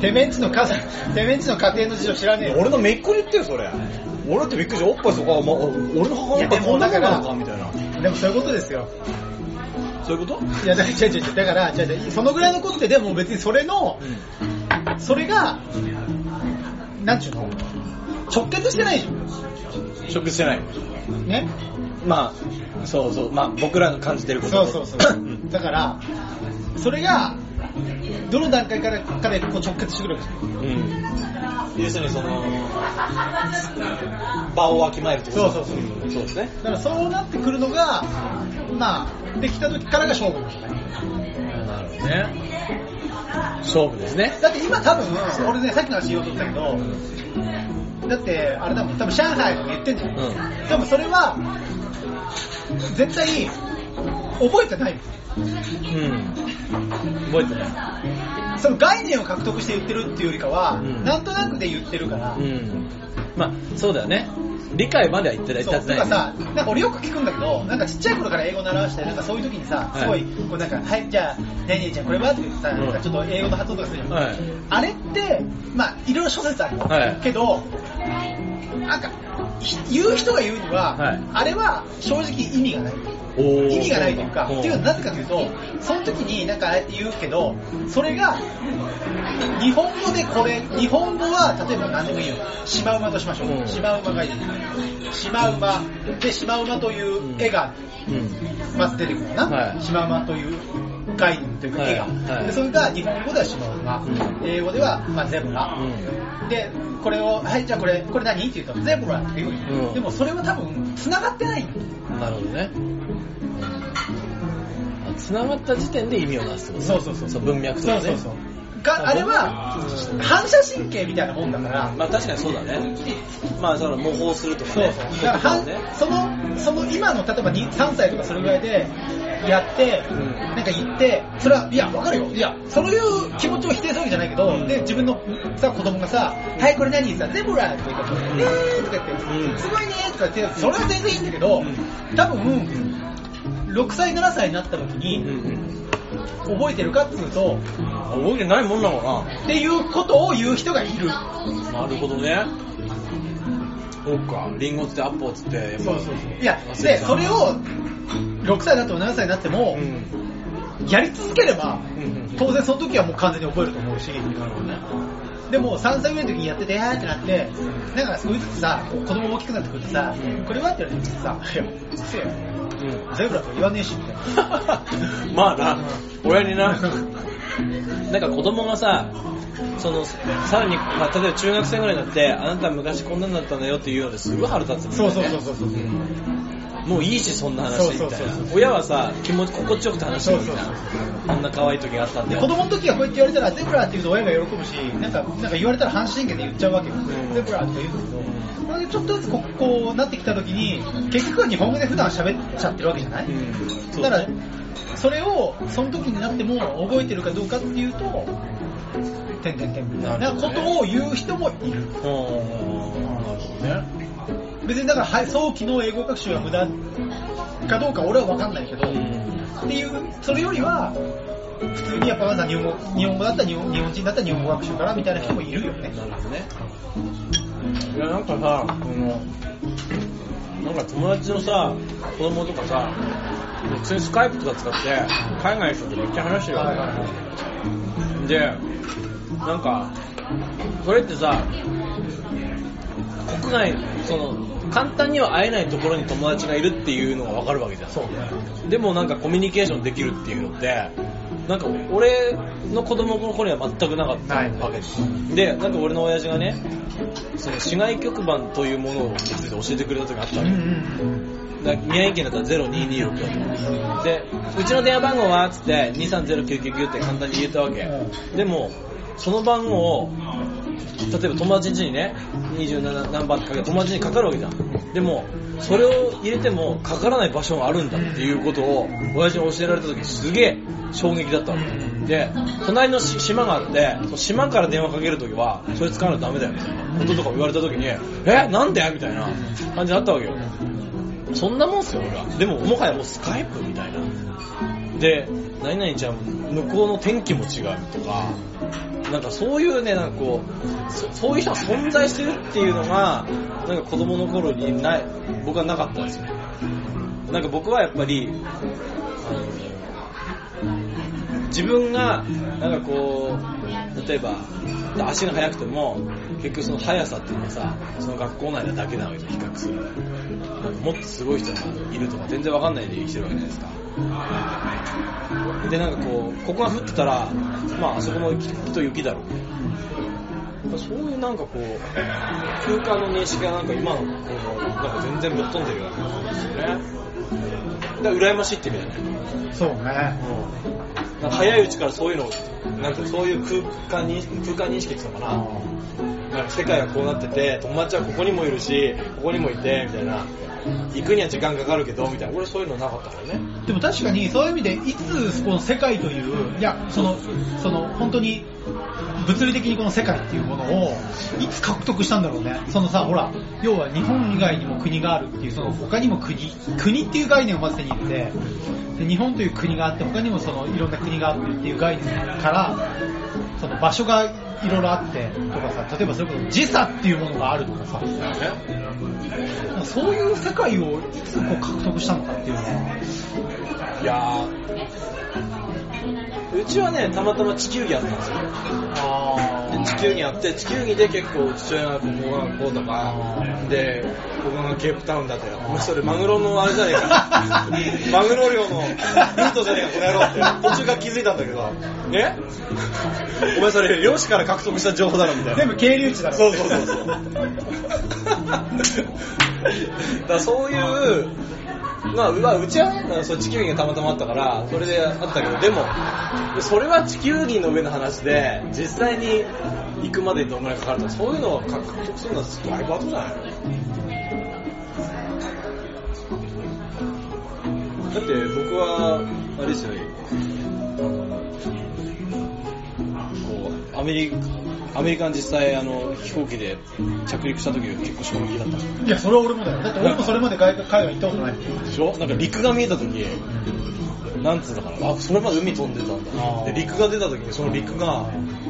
Speaker 3: てめんちの家族てめんちの家庭の事情知らねえよ
Speaker 2: 俺のめっ子に言ってよそれ俺だってびっくりしたおっぱいそこは、ま、俺の母
Speaker 3: い
Speaker 2: 親
Speaker 3: や
Speaker 2: っぱい
Speaker 3: でも
Speaker 2: こんだけなの
Speaker 3: だか
Speaker 2: からみたいな
Speaker 3: でもそういうことですよ
Speaker 2: そういうこと
Speaker 3: いやだから違う違う違うだから違う違うそのぐらいのことってでも別にそれのそれがなんちゅうの直結してないじゃん
Speaker 2: 食してない
Speaker 3: ね
Speaker 2: まあそうそうまあ僕らの感じてること
Speaker 3: そ
Speaker 2: と
Speaker 3: うそうそ
Speaker 2: ん
Speaker 3: う。だから、それが、どの段階からかでこう直結してくるわけじゃん
Speaker 2: うん要するにその場をわきまえるってこと
Speaker 3: そうそう
Speaker 2: そうそうですね
Speaker 3: だからそうなってくるのが、まあ、できた時からが勝負なんじゃない
Speaker 2: なるほどね勝負ですね
Speaker 3: だって今多分、俺ね、さっきの話言おうと思ったけど、だって、あれだもん、多分上海とか言ってんじゃん。
Speaker 2: うん
Speaker 3: 多分それは、絶対、覚えてないもん
Speaker 2: うん。覚えてない。
Speaker 3: その概念を獲得して言ってるっていうよりかは、
Speaker 2: うん
Speaker 3: なんとなくで言ってるから、
Speaker 2: うん。まあ、そうだよね。理解までは言ってない。
Speaker 3: そう、
Speaker 2: 至って
Speaker 3: なん
Speaker 2: な
Speaker 3: か
Speaker 2: い
Speaker 3: さ、なんか俺よく聞くんだけど、なんかちっちゃい頃から英語習わして、なんかそういう時にさ、すご
Speaker 2: はい
Speaker 3: い、こうなんか、はい、じゃあ、ねえねえちゃんこれはとか言ってさ、
Speaker 2: うん
Speaker 3: なんかちょっと英語の発音とかするじゃん。
Speaker 2: はい
Speaker 3: あれって、まあ、いろいろ諸説あるよ。
Speaker 2: はい
Speaker 3: けど、なんか、ひ言う人が言うには、
Speaker 2: はい
Speaker 3: あれは正直意味がない。
Speaker 2: おー
Speaker 3: 意味がないというか、
Speaker 2: おー
Speaker 3: っていうのはなぜかというと、その時になんかああやって言うけど、それが、日本語でこれ、日本語は例えば何でもいいよ。シマウマとしましょ
Speaker 2: う
Speaker 3: う。
Speaker 2: ん
Speaker 3: シマウマがいい。シマウマ。で、シマウマという絵が
Speaker 2: うん。
Speaker 3: まず出てくるか
Speaker 2: は
Speaker 3: な。
Speaker 2: い
Speaker 3: シマウマという概念というか絵
Speaker 2: はいは
Speaker 3: が。
Speaker 2: い
Speaker 3: でそれが日本語ではシマウマ
Speaker 2: う。
Speaker 3: 英語ではまあゼブラ。で、これを、はい、じゃあこれ、これ何って言うと、ゼブラって言うじゃん
Speaker 2: うん
Speaker 3: でもそれは多分、繋がってないんだよ
Speaker 2: うん。なるほどね。あ繋がった時点で意味をなすってことね
Speaker 3: そうそうそう
Speaker 2: そう。文脈と
Speaker 3: そ
Speaker 2: か
Speaker 3: う
Speaker 2: ね。
Speaker 3: そうそう。があれは、反射神経みたいなもんだから、
Speaker 2: まあ確かにそうだね。まあその模倣するとか
Speaker 3: そう
Speaker 2: ね。
Speaker 3: そう。だからはん
Speaker 2: 言葉をね
Speaker 3: その、その今の、例えばに3歳とかそれぐらいで、やって、
Speaker 2: うん
Speaker 3: なんか言って、それは、いや、わかるよ。いや、そういう気持ちを否定するわけじゃないけど、
Speaker 2: うん
Speaker 3: で、自分のさ、子供がさ、はい、これ何さ、ゼブラって言うから、
Speaker 2: ん
Speaker 3: えーとか言って、
Speaker 2: うん
Speaker 3: すごいねーとか言って、それは全然いいんだけど、多分、6歳、7歳になった時に、
Speaker 2: うんうん。
Speaker 3: 覚えてるかっていうと、
Speaker 2: 覚えてないもんなのか
Speaker 3: っていうことを言う人がいる。
Speaker 2: ななるほどねそうかリンゴっつってアッポーっつってやっぱ
Speaker 3: いや、で、それを、6歳になっても7歳になって
Speaker 2: う
Speaker 3: も、
Speaker 2: ん
Speaker 3: やり続ければ、
Speaker 2: うん
Speaker 3: 当然その時はもう完全に覚えると思うし、でも3歳ぐらいの時にやってて、あーってなって、なんか少しずつさ、子供大きくなってくるとさ、これはって言われてさ、いや、うっせえよ
Speaker 2: うん
Speaker 3: ゼブラとか言わねえし、みたいな。
Speaker 2: まあな、親にな、なんか子供がさ、そのさらに、まあ、例えば中学生ぐらいになって、あなた昔こんなんだったんだよっていうのですごい腹立つ
Speaker 3: そ
Speaker 2: もんね。
Speaker 3: うそうそうそうそう。
Speaker 2: うんもういいし、そんな話み
Speaker 3: そう
Speaker 2: た
Speaker 3: そ
Speaker 2: いう
Speaker 3: そう
Speaker 2: な
Speaker 3: そう。
Speaker 2: 親はさ、気持ち心地よく楽しむみたい
Speaker 3: そう
Speaker 2: な
Speaker 3: そう。
Speaker 2: こんな可愛い時があったんだ
Speaker 3: で
Speaker 2: よ。
Speaker 3: 子供の時はこうやって言われたら、ゼブラって言うと親が喜ぶし、なんかなんか言われたら半信限で言っちゃうわけよ。
Speaker 2: ん
Speaker 3: ゼブラって言うけど、なんかちょっとずつこうこうなってきた時に、結局は日本語で普段喋っちゃってるわけじゃない、
Speaker 2: うんそう
Speaker 3: だから、それをその時になっても覚えてるかどうかっていうと、てんてんてんみたいなことを言う人もいる。
Speaker 2: うんなるほどね。
Speaker 3: 別にだからはい早期の英語学習は無駄かどうか俺は分かんないけど、っていう、それよりは、普通にやっぱまだ日本語、日本語だったら日本日本人だったら日本語学習からみたいな人もいるよね。
Speaker 2: なるほどね。いや、なんかさ、あの、なんか友達のさ、子供とかさ、普通にスカイプとか使って、海外の人とめっちゃ話してる
Speaker 3: はいはい
Speaker 2: わ
Speaker 3: は
Speaker 2: け。で、なんか、それってさ、国内、その、簡単には会えないところに友達がいるっていうのがわかるわけじゃん。
Speaker 3: そうね。
Speaker 2: でもなんかコミュニケーションできるっていうのって、なんか俺の子供の頃には全くなかった
Speaker 3: ない
Speaker 2: わけです。で、なんか俺の親父がね、その市外局番というものについて教えてくれた時があった
Speaker 3: う
Speaker 2: わ
Speaker 3: んう
Speaker 2: け。
Speaker 3: ん
Speaker 2: だから宮城県だったら0226だとで、うちの電話番号はつって230999って簡単に言えたわけ。でも、その番号を、例えば友達ん家にね、27何番ってかけて友達にかかるわけじゃん。でも、それを入れてもかからない場所があるんだっていうことを、親父に教えられた時すげえ衝撃だったわけ。で、隣のし島があって、その島から電話かける時は、それ使わないとダメだよみたいなこととか言われた時に、え、なんでみたいな感じだったわけよ。そんなもんっすよ、俺は。でも、もはやもうスカイプみたいな。で、何々ちゃん、向こうの天気も違うとか、なんかそういうね、なんかこう、そそういう人が存在してるっていうのが、なんか子供の頃にない、僕はなかったんですよ。なんか僕はやっぱり、あの自分が、なんかこう、例えば、足が速くても、結局その速さっていうのはさ、その学校内だけなわけじゃん比較するのもっとすごい人がいるとか全然わかんないで生きてるわけじゃないですか。で、なんかこう、ここが降ってたら、まああそこもきっと雪だろうね。そういうなんかこう、空間の認識がなんか今の、なんか全然ぶっ飛んでるような感じですよね。だから羨ましいって意味だよね。
Speaker 3: うん。そうね。
Speaker 2: なんか早いうちからそういうの、なんかそういう空間に、空間認識っていうのかな。なんか世界がこうなってて、友達はここにもいるし、ここにもいて、みたいな。行くには時間かかるけど、みたいな。俺そういうのなかったからね。
Speaker 3: でも確かにそういう意味で、いつこの世界という、いや、その、その、本当に、物理的にこの世界っていうものを、いつ獲得したんだろうね。そのさ、ほら、要は日本以外にも国があるっていう、その他にも国、国っていう概念をまず手に入れて、で日本という国があって、他にもその、いろんな国があってっていう概念から、その場所がいろいろあってとかさ、例えばそれこそ時差っていうものがあるとかさ、なんかそういう世界をいつこう獲得したのかっていうのは、
Speaker 2: いやー。うちはね、たまたま地球儀あったんですよ。で地球儀あって、地球儀で結構父親がここがこうとか、で、ここがケープタウンだったよ。お前それマグロのあれじゃねえか。 マグロ漁のルートじゃねえか、この野郎って。途中から気づいたんだけど、ねお前それ漁師から獲得した情報だろ、みたいな。
Speaker 3: 全部経流値だろ。
Speaker 2: そうそうそうそう。だからそういう、まあ、うわうちはね、だからそう地球儀がたまたまあったから、それであったけど、でも、それは地球儀の上の話で、実際に行くまでにどんぐらいかかるとか、そういうのを獲得するのはだいぶ後じゃないだって僕は、あれですよね、こう、アメメリカ、アメリカン実際あの飛行機で着陸した時結構衝撃だった
Speaker 3: いや、それは俺もだよ。だって俺もそれまで海外海外行ったことないもん。
Speaker 2: でしょなんか陸が見えた時なんつうのかなあそれまで海飛んでたん
Speaker 3: あ
Speaker 2: だ
Speaker 3: ー
Speaker 2: で陸が出た時にその陸が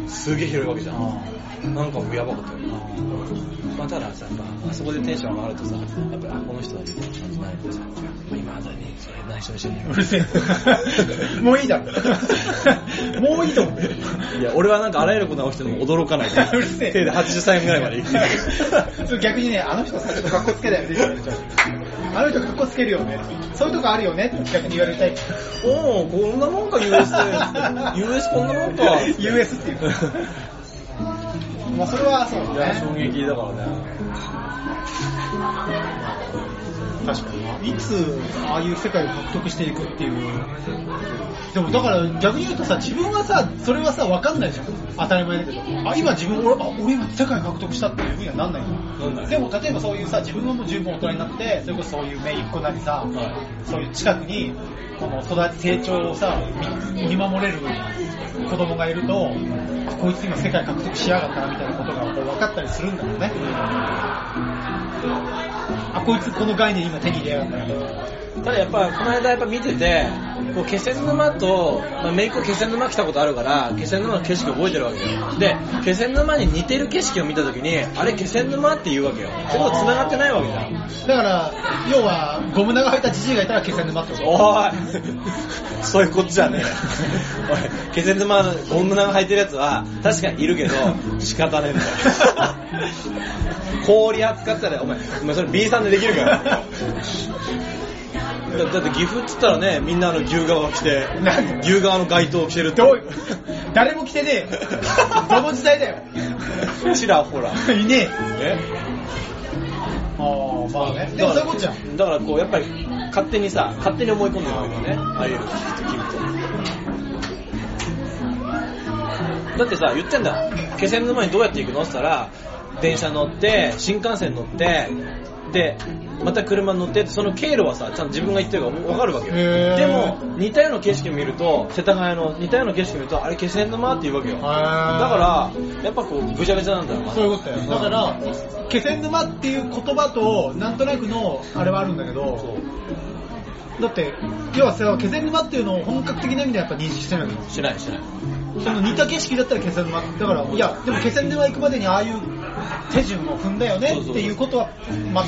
Speaker 2: すげえ広いわけじゃんなんかもうやばかったよまあたださやっぱあそこでテンション上がるとさやっぱりあこの人たちテンションないってさ今あたりにそれ内緒にしてね
Speaker 3: うるせ え。もういいだろ。もういいと思う。
Speaker 2: いや俺はなんかあらゆることが起きても驚か ない
Speaker 3: うるせえ。
Speaker 2: 手で80歳ぐらいまで行く
Speaker 3: そう逆にね、あの人さ、ちょっと格好つけだよねって言われちゃう。あの人格好つけるよね。そういうとこあるよねって逆に言われたい。
Speaker 2: おおこんなもんか US US こんなもんか
Speaker 3: US っていう。まあそれはそう
Speaker 2: い
Speaker 3: だ
Speaker 2: や
Speaker 3: ね
Speaker 2: 衝。撃だからね
Speaker 3: 確かにいつああいう世界を獲得していくっていうでもだから逆に言うとさ自分はさそれはさ分かんないじゃん当たり前だけどあ今自分俺あ俺今世界獲得したっていうふうにはなんない
Speaker 2: なんない
Speaker 3: でも例えばそういうさ自分はもう十分大人になってそれこそそういう姪っ子なりさ、
Speaker 2: はい
Speaker 3: そういう近くにこの育ち成長をさ見見守れる子供がいるとこいつ今世界獲得しやがったなみたいなことがこう分かったりするんだろうねあこいつこの概念今手に入れやがったなみたいな
Speaker 2: ただやっぱこの間やっぱ見ててこう気仙沼と、まあ、めいっ子気仙沼来たことあるから気仙沼の景色覚えてるわけよで気仙沼に似てる景色を見た時にあれ気仙沼って言うわけよでも繋がってないわけじゃん
Speaker 3: だから、要は、ゴム長履いたじじいがいたら気仙 沼ってこと。
Speaker 2: おいそういうことじ ゃねえおい気仙沼のゴンドナが履いてるやつは確かにいるけど仕方ねえんだよ 氷扱ったらお前お前それ B さんでできるからだだって岐阜っつったらねみんなあの牛革着て
Speaker 3: なん
Speaker 2: 牛革の街灯着てるって
Speaker 3: どういう、誰も来 てねえよ。どの時代だよ。
Speaker 2: ちらほ ら
Speaker 3: いねえよ。
Speaker 2: ね
Speaker 3: ああ、まあね。でもそういうことじゃん。
Speaker 2: だからこうやっぱり勝手にさ勝手に思い込んでるわけだよねああいうの聞くと聞くとだってさ言ってんだ気仙沼にどうやって行くのって言ったら電車乗って新幹線乗ってでまた車乗ってってその経路はさちゃんと自分が行ってるから分かるわけよ
Speaker 3: へ
Speaker 2: で
Speaker 3: ー
Speaker 2: も似たような景色を見ると世田谷の似たような景色を見るとあれ気仙沼って言うわけよだからやっぱこうぐちゃぐちゃなんだよ
Speaker 3: そういうことだよ。だか
Speaker 2: うん
Speaker 3: ら、気仙沼っていう言葉と、なんとなくの、あれはあるんだけ
Speaker 2: そ
Speaker 3: ど、
Speaker 2: う
Speaker 3: だって、要はさ、気仙沼っていうのを本格的な意味ではやっぱ認識してないわけど。
Speaker 2: しないしない
Speaker 3: その似た景色だったら気仙沼だからいやでも気仙沼行くまでにああいう手順を踏んだよねっていうことは全く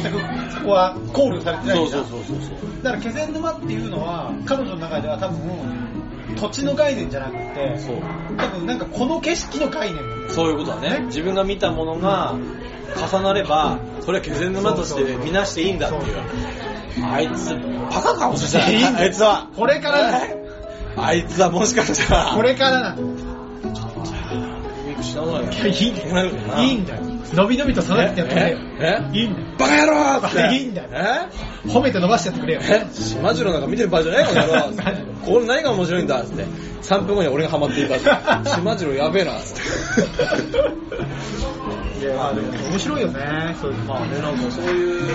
Speaker 3: そこは考慮されてな
Speaker 2: そう
Speaker 3: いわけだ
Speaker 2: そうそうそうそう
Speaker 3: だから気仙沼っていうのは彼女の中では多分土地の概念じゃなくて
Speaker 2: そう
Speaker 3: 多分なんかこの景色の概念なんだよ
Speaker 2: そういうことだね。自分が見たものが重なれば、それは気仙沼とし
Speaker 3: そうそう
Speaker 2: て
Speaker 3: そう
Speaker 2: 見なしていいんだっていう。あいつ、バカかもしれ
Speaker 3: いいん
Speaker 2: ない。
Speaker 3: だ
Speaker 2: あいつは。
Speaker 3: これからだよ
Speaker 2: あいつはもしかしたら。
Speaker 3: これからなんだよいやいいんだよいいんだよ伸び伸びと育ててやってくれよ
Speaker 2: え
Speaker 3: いいんだよ
Speaker 2: バカ野郎っ
Speaker 3: いや
Speaker 2: て。
Speaker 3: いいんだよ
Speaker 2: よ。
Speaker 3: 褒めて伸ばしてやってくれよ
Speaker 2: え島次郎なんか見てる場合じゃないよ、この野 郎ここに何が面白いんだっつって。3分後に俺がハマっていたって。島次郎やべえなっつって。
Speaker 3: いやまあでも面白いよねそういうの
Speaker 2: まあね、なんかそういう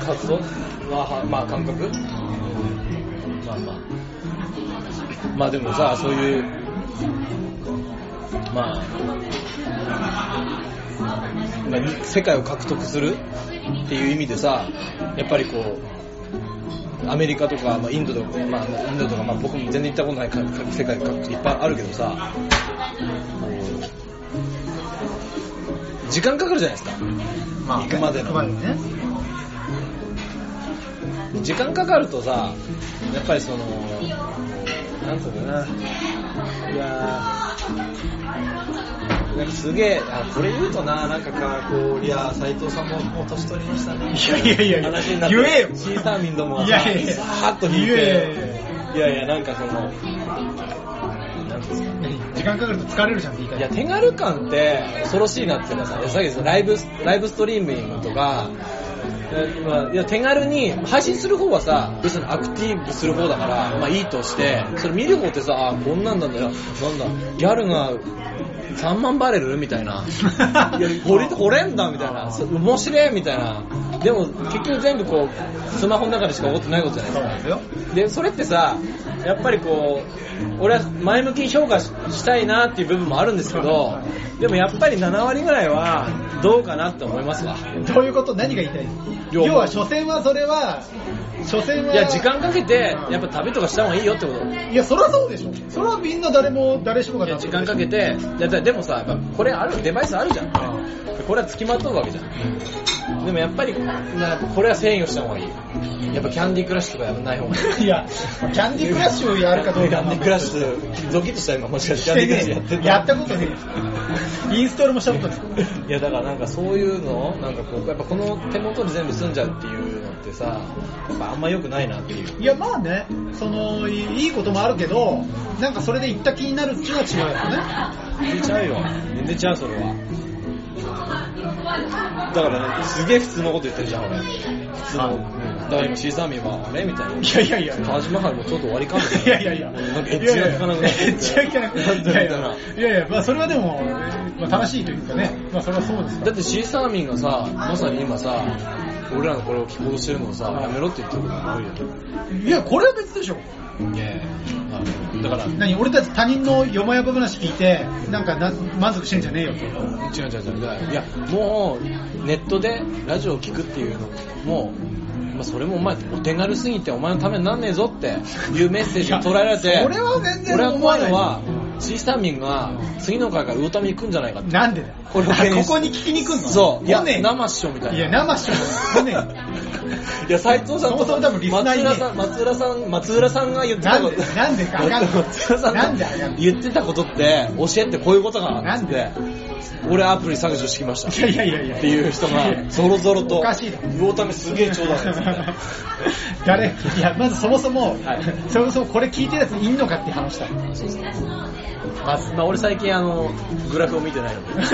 Speaker 2: か活動、まあは、まあ感覚まあまあ。まあでもさ、そういう、まあ、まあ、世界を獲得するっていう意味でさ、やっぱりこう、アメリカとか、まあ、インドとか、まあ、インドとか、まあ、僕も全然行ったことないかか世界各地いっぱいあるけどさ、こう時間かかるじゃないですか。
Speaker 3: まあ
Speaker 2: 行くまでの
Speaker 3: 行くまでね
Speaker 2: 時間かかるとさやっぱりそのなんつうのかないやーなんかすげえあこれ言うとななんかかこういや斎藤さんももう年取りましたね
Speaker 3: いやいやいやいや
Speaker 2: 話になって
Speaker 3: 言えよ
Speaker 2: シーサーミンどもはい
Speaker 3: やいやいや
Speaker 2: さーっと引いて
Speaker 3: 言え
Speaker 2: いやいやなんかそのなんていうんですか
Speaker 3: 時間かかると疲れるじゃんって言い
Speaker 2: いや、
Speaker 3: 方
Speaker 2: 手軽感って恐ろしいなっていうのはさ、さっきそのライブ、ライブストリーミングとか、えまあ、いや手軽に配信する方はさ別にアクティブする方だから、まあ、いいとしてそれ見る方ってさあこんなんなんだよなんだギャルが3万バレルみたいないやこれこれんだみたいなそう面白いみたいなでも結局全部こうスマホの中でしか起こってないことじゃないです
Speaker 3: そう
Speaker 2: か
Speaker 3: なんですよ。
Speaker 2: でそれってさやっぱりこう俺は前向きに評価ししたいなっていう部分もあるんですけどでもやっぱり7割ぐらいはどうかなって思いますわ
Speaker 3: どういうこと何が言いたいの
Speaker 2: いや
Speaker 3: 要は、所詮はそれは、所詮は、
Speaker 2: いや時間かけてやっぱ旅とかした方がいいよってこと
Speaker 3: いや、そりゃそうでしょ。それはみんな誰も、誰しもが
Speaker 2: いや時間
Speaker 3: か
Speaker 2: かけていやだでもさやっぱこれあるデバイスあるじゃんこれは付きまとうわけじゃんでもやっぱりなこれは制御した方がいいやっぱキャンディークラッシュとかやらない方がいい
Speaker 3: いや、キャンディークラッシュをやるかどうか。
Speaker 2: キャンディークラッシュドキッとした今もしかしてキャンディークラッシュやってた
Speaker 3: やったことねえ。インストールもしたことない。
Speaker 2: いやだからなんかそういうのなんかこうやっぱこの手元で全部済んじゃうっていうのってさやっぱあんま良くないなっていう
Speaker 3: いや、まあね、その、いいいこともあるけど、なんかそれで行った気になるっていうのは違うよね。
Speaker 2: 全然ちゃうよ全然ちゃうそれはだからねすげえ普通のこと言ってるじゃん俺普通の、うんだから今シーザーミーはあれみたいない
Speaker 3: やいやいや。
Speaker 2: タージマハルもちょっと終わりかも
Speaker 3: いやいやいや。
Speaker 2: なんかエッチが効かなくなって
Speaker 3: エッチが効かなくなっ
Speaker 2: な
Speaker 3: て
Speaker 2: んだろうな
Speaker 3: きいやいや、まあそれはでも、まあ正しいというかね。まあそれはそうですから
Speaker 2: だってシーサーミンがさまさに今さ俺らのこれを聞こうとしてるのをさやめろって言ってることが多いよ
Speaker 3: いや、これは別でしょ。
Speaker 2: ねいやいやだから
Speaker 3: 何俺たち他人のよもやば話聞いて、なんかな満足してんじゃねえよと。
Speaker 2: 違う違う違うだからいやもうネットでラジオを聞くっていうのもまあ、それもお前お手軽すぎてお前のためになんねえぞっていうメッセージを捉えられ
Speaker 3: い
Speaker 2: て
Speaker 3: やそれは全然
Speaker 2: 俺は
Speaker 3: 思
Speaker 2: 怖
Speaker 3: わ
Speaker 2: い
Speaker 3: ない
Speaker 2: のはシーサーミンが次の回からウータミ行くんじゃないかって
Speaker 3: なんでだよ。
Speaker 2: これを懸念
Speaker 3: あ
Speaker 2: し
Speaker 3: ここに聞きに来んの
Speaker 2: そういや
Speaker 3: 来ねえ
Speaker 2: 生師匠みたいない
Speaker 3: や、生しか来ねえよ。
Speaker 2: いや、斉藤さんと
Speaker 3: そもそも多分リスナーいねえ
Speaker 2: 松浦さん、松浦さん、松浦さんが言ってたこと。
Speaker 3: なんでなんでかわかんな い
Speaker 2: 松浦さんが
Speaker 3: なんでわかんない
Speaker 2: 言ってたことって、教えてこういうことかな
Speaker 3: な
Speaker 2: っつ
Speaker 3: ん
Speaker 2: っ
Speaker 3: で
Speaker 2: て。俺アプリ削除してきました。
Speaker 3: いやいやいやいや。
Speaker 2: っていう人 が、ぞろぞろと。
Speaker 3: おかしいだろ
Speaker 2: 魚ためすげえちょうだいですみたいな。
Speaker 3: 誰いや、まずそもそも、
Speaker 2: はい
Speaker 3: そもそもこれ聞いてるやついんのかって話だ。
Speaker 2: まあ、まあ俺最近あの、グラフを見てないので。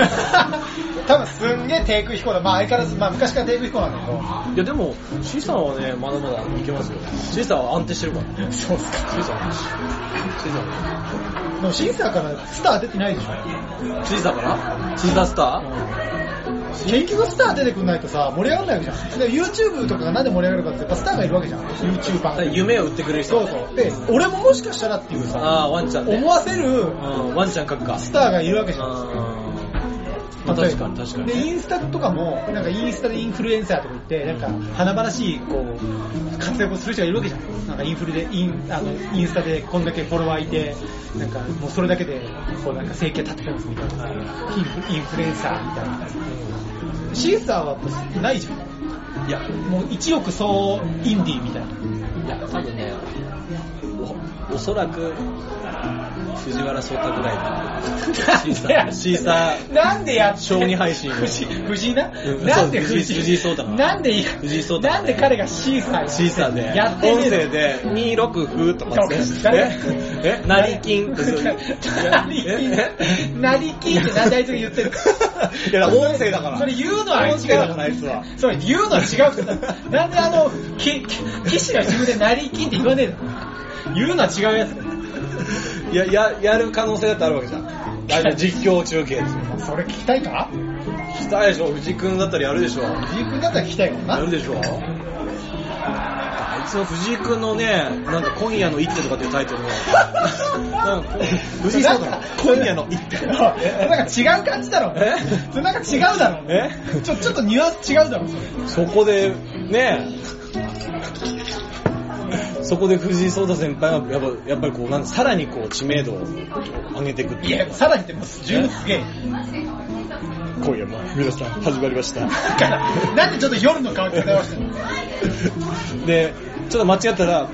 Speaker 3: 多分すんげえ低空飛行だ。まあ相変わらず、まあ昔から低空飛行なんだ
Speaker 2: いやでも、C さんはね、まだまだいけますよ。C さんは安定してるから。
Speaker 3: けど。そうっすか。
Speaker 2: C さんは、C さんは。
Speaker 3: でも審査からスター出てないでしょ。
Speaker 2: シーサーかなシーサースター、
Speaker 3: 結局スター出てくんないとさ、盛り上がんないわけじゃん。で、YouTube とかがなんで盛り上がるかって、やっぱスターがいるわけじゃん。
Speaker 2: だから
Speaker 3: YouTuber。
Speaker 2: 夢を売ってくれる人。
Speaker 3: そうそう。で、俺ももしかしたらっていうさ、
Speaker 2: ああ、ワンちゃんね。
Speaker 3: 思わせる
Speaker 2: うん、ワンちゃん書くか。
Speaker 3: スターがいるわけじゃん。
Speaker 2: まあ、確かに確か
Speaker 3: で、
Speaker 2: に。
Speaker 3: インスタとかも、なんかインスタでインフルエンサーとか言って、なんか華々しい、こう、活躍をする人がいるわけじゃん。なんかインフルで、イン、あの、インスタでこんだけフォロワーいて、なんかもうそれだけで、こうなんか生計立ててますみたいな。インフインフルエンサーみたいな。シーサーはもうないじゃん。
Speaker 2: いや、
Speaker 3: もう一億総インディーみたいな。
Speaker 2: いや、多分ね、おおそらく、藤原聡太ぐらいだ
Speaker 3: なんでや
Speaker 2: シーサー、
Speaker 3: なんでやって
Speaker 2: 将棋配信を
Speaker 3: 藤井藤井な、
Speaker 2: うん
Speaker 3: なんで
Speaker 2: そう
Speaker 3: 藤井
Speaker 2: 藤井藤井聡太が
Speaker 3: なんで
Speaker 2: 藤井聡太が
Speaker 3: なんで彼がシーサー
Speaker 2: シーサーで、
Speaker 3: やって
Speaker 2: 音
Speaker 3: ねえの
Speaker 2: 声で、26歩とかつって
Speaker 3: 誰、
Speaker 2: え、え、成金ってそう、
Speaker 3: なりきん
Speaker 2: ええ
Speaker 3: なりきんって何であいつが言ってる
Speaker 2: いやだから音声だから
Speaker 3: それ言うのはあいつ
Speaker 2: 音声だからあいつは
Speaker 3: それ言うのは違うからなんであの、き、き、騎士が自分でなりきんって言わねえの言うのは違うやつ だよ
Speaker 2: いや、や、やる可能性だってあるわけじゃん。あれ実況中継ですよ。
Speaker 3: それ聞きたいか
Speaker 2: 来たでしょ、藤井君だったらやるでしょ。
Speaker 3: 藤井君だったら聞きたいか
Speaker 2: や
Speaker 3: ら
Speaker 2: る
Speaker 3: な。
Speaker 2: でしょあいつの藤井君のね、なんか今夜の一手とかっていうタイトル の、なんかこう藤井聡太の今夜の一手。
Speaker 3: なんか違う感じだろ。
Speaker 2: え
Speaker 3: それなんか違うだろ。
Speaker 2: え
Speaker 3: ちょ、ちょっとニュアンス違うだろ、それ。
Speaker 2: そこで、ね、そこで藤井聡太先輩がやっぱ、やっぱりこう、なんかさらにこう、知名度を上げていくって
Speaker 3: い
Speaker 2: いう
Speaker 3: や、さらにでも十分すげえよ。
Speaker 2: 今夜も皆さん始まりました。
Speaker 3: だからなんでちょっと夜の顔方をしてんの
Speaker 2: で、ちょっと間違ったら、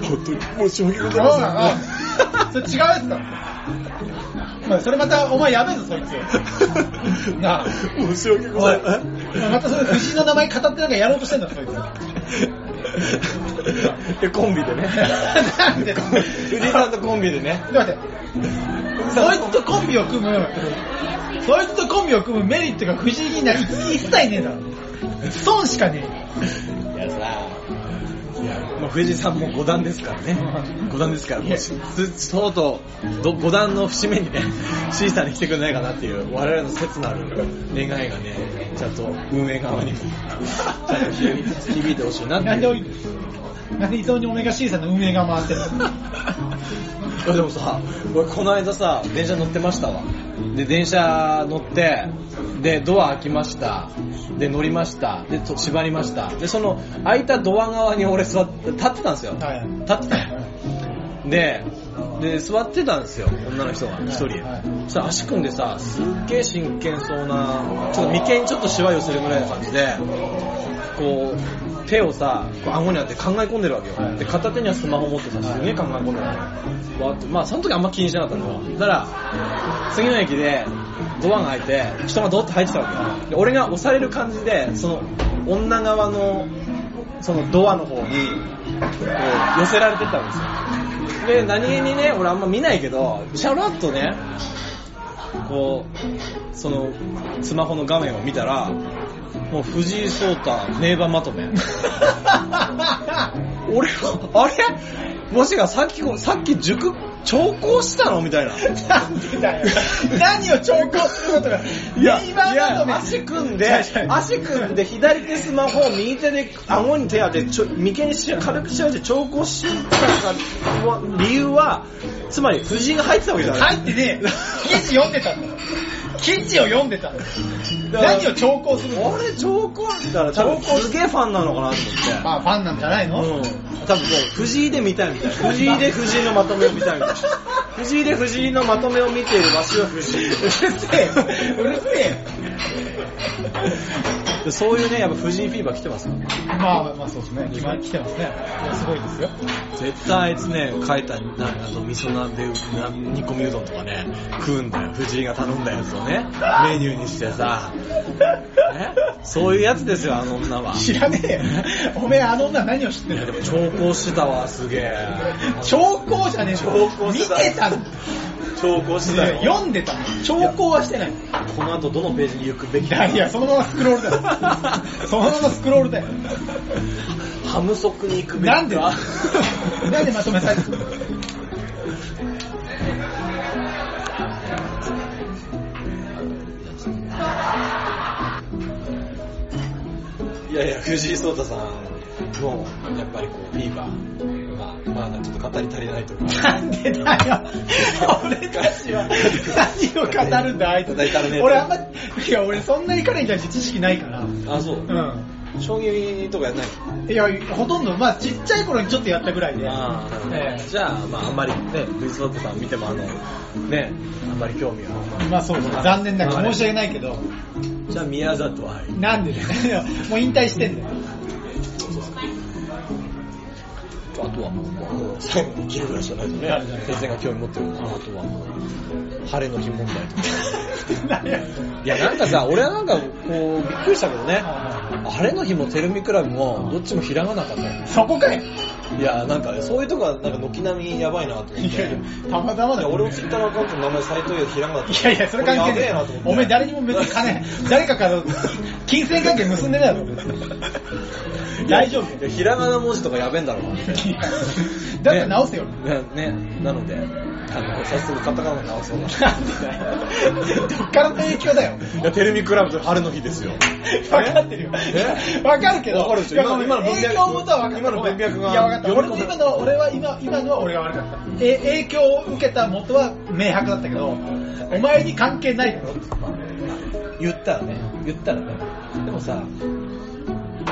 Speaker 2: 本当に申し訳ござい
Speaker 3: そう
Speaker 2: ま
Speaker 3: な
Speaker 2: せん。
Speaker 3: の。それ違うやつだろ。まあそれまた、お前やべえぞ、そいつ。なあ
Speaker 2: 申し訳ございません。
Speaker 3: またそれ藤井の名前語ってなんかやろうとしてんだろ、そいつ。
Speaker 2: で、コンビでね。
Speaker 3: なん で
Speaker 2: 藤井さんとコンビでね。
Speaker 3: ちょっと待って。そいつとコンビを組む、そいつとコンビを組むメリットが藤井にな一切ねえだろ。損しかね
Speaker 2: いやさ、いや、まあ、藤井さんも5段です からね。5段ですから、もう、つとうとう、ど5段の節目にね、 シーサーに来てくれないかなっていう、我々の切なる願いがね、ちゃんと運営側にも、 ちゃんと響いてほしい
Speaker 3: え
Speaker 2: な
Speaker 3: な
Speaker 2: って
Speaker 3: んでお
Speaker 2: いう
Speaker 3: い。なんで伊藤にオメガ C さんの運営が回ってるの
Speaker 2: いやでもさ、俺この間さ、電車乗ってましたわ。で、電車乗って、で、ドア開きました。で、乗りました。で、と縛りました。で、その、開いたドア側に俺座って、立ってたんですよ。
Speaker 3: はい
Speaker 2: 立ってたよで、で、座ってたんですよ、女の人が、一人。
Speaker 3: はい
Speaker 2: そしたら足組んでさ、すっげえ真剣そうな、ちょっと眉間にちょっとシワ寄せるぐらいの感じで、こう、手をさ、こう顎にあって考え込んでるわけよ。
Speaker 3: はい
Speaker 2: で、片手にはスマホ持ってさ、すげえ考え込んでるわけよわーって。まあ、その時あんま気にしてなかったのよ。だから、次の駅で、ドアが開いて、人がドーって入ってたわけよ。で俺が押される感じで、その、女側の、そのドアの方に、こう寄せられてったんですよ。で、何気にね、俺あんま見ないけど、シャラッとね、こう、その、スマホの画面を見たら、もう藤井聡太名盤ま とめ。俺は、あれもしかさっきこ、さっき塾、調校したのみたいな。
Speaker 3: なんでだよ。何を兆候することが。
Speaker 2: いや、
Speaker 3: ネイバーバンド
Speaker 2: い
Speaker 3: メ
Speaker 2: や足組んで、足組んで、左手スマホ、右手で顎に手当て、ちょ眉間にし軽くしわいて調校したのが理由は、つまり藤井が入ってたわけじゃない。
Speaker 3: 入って ねえ。記事読んでたんだよ。記事を読んでたんだよ。
Speaker 2: だから
Speaker 3: 何を兆候するの
Speaker 2: あれ、兆候見たら、兆候すげえファンなのかなと
Speaker 3: まあ、ファンなんじゃないの、
Speaker 2: 思って。うん。多分こう、藤井で見たいみたいな。藤井で藤井のまとめを見 たいみたいな。藤井で藤井のまとめを見ているわしは 藤井。うる
Speaker 3: せえようるせえ
Speaker 2: えそういうね、やっぱ藤井フィーバー来てますからね。
Speaker 3: まあ、まあそうですね。決ま来てますね。いやすごいですよ。
Speaker 2: 絶対あいつね、書いたなんかと味噌なんでな煮込みうどんとかね、食うんだよ。藤井が頼んだやつを ね、メニューにしてさ。ねそういうやつですよ、あの女は。
Speaker 3: 知らねえよ。おめえ、あの女何を知って
Speaker 2: いやでも
Speaker 3: る
Speaker 2: 調校してたわ、すげえ。
Speaker 3: 兆候じゃねえ
Speaker 2: 兆候
Speaker 3: 見
Speaker 2: してた
Speaker 3: てたの。
Speaker 2: 調校してたよ。
Speaker 3: 読んでたの。兆候はしてない。
Speaker 2: この後どのページに行くべき
Speaker 3: いやいや、そのままスクロール だよ。そのままスクロールだよ。
Speaker 2: ハムソクに行くべきか
Speaker 3: なんでだ なんでまとめされてるの
Speaker 2: いやいや、藤井聡太さんの、やっぱりこう、フィーバーが、まあ、まだちょっと語り足りないという か。
Speaker 3: なんでだよ。俺たちは何を語るんだ、あいつ。
Speaker 2: 語り足りねえ
Speaker 3: 俺あんま、いや、俺そんなに彼に対して知識ないから。う
Speaker 2: あ、そう。
Speaker 3: ん。
Speaker 2: 将棋とかやんない
Speaker 3: いや、ほとんど、まあちっちゃい頃にちょっとやったぐらいで。
Speaker 2: ああ、
Speaker 3: ええ
Speaker 2: じゃあ、まあ、あんまりね、藤井聡太さん見ても、あの、ね、あんまり興味は。
Speaker 3: まあそうですね。残念ながら申し訳ないけど。
Speaker 2: じゃあ、宮里愛。
Speaker 3: なんでだよ。もう引退してん だよ。
Speaker 2: あとはもう、最後に切るぐらいしかないとね、先生が興味持ってるのかなあとはもう、晴れの日問題とか。いや、なんかさ、俺はなんか、こう、びっくりしたけどね、晴れの日もテルミクラブも、どっちもひらがなかったよ。
Speaker 3: そこかよ。
Speaker 2: いや、なんか、そういうとこは、なんか、軒並みやばいなと思って。
Speaker 3: いやいや、たまたまだよ。
Speaker 2: 俺のツイッターのアカウントの名前、斎藤優ひらがなだった
Speaker 3: いやいや、それ関係
Speaker 2: こ
Speaker 3: ねえ
Speaker 2: やべえなと思って。
Speaker 3: お前誰にも別に金、誰かから金銭関係結んでないだろ。大丈夫
Speaker 2: いやひらがな文字とかやべえんだろうなって。
Speaker 3: だって直せよ。
Speaker 2: ね、ねなので、あの、早速カタカナ直 そうな。
Speaker 3: なんでだよ。どっからの影響だよ。
Speaker 2: いや、テレビクラブと春の日ですよ。
Speaker 3: わかってるよ。
Speaker 2: え
Speaker 3: わかるけど。
Speaker 2: わかるでしょ
Speaker 3: いや
Speaker 2: 今の今の文脈
Speaker 3: 影響元はわかる。
Speaker 2: 今の文脈が
Speaker 3: いや、わかった。
Speaker 2: 読
Speaker 3: 俺
Speaker 2: み
Speaker 3: の
Speaker 2: 込め
Speaker 3: 今の、俺は今、今のは俺が悪かった。え、影響を受けた元は明白だったけど、お前に関係ないだろ。
Speaker 2: 言ったらね、言ったらね。でもさ、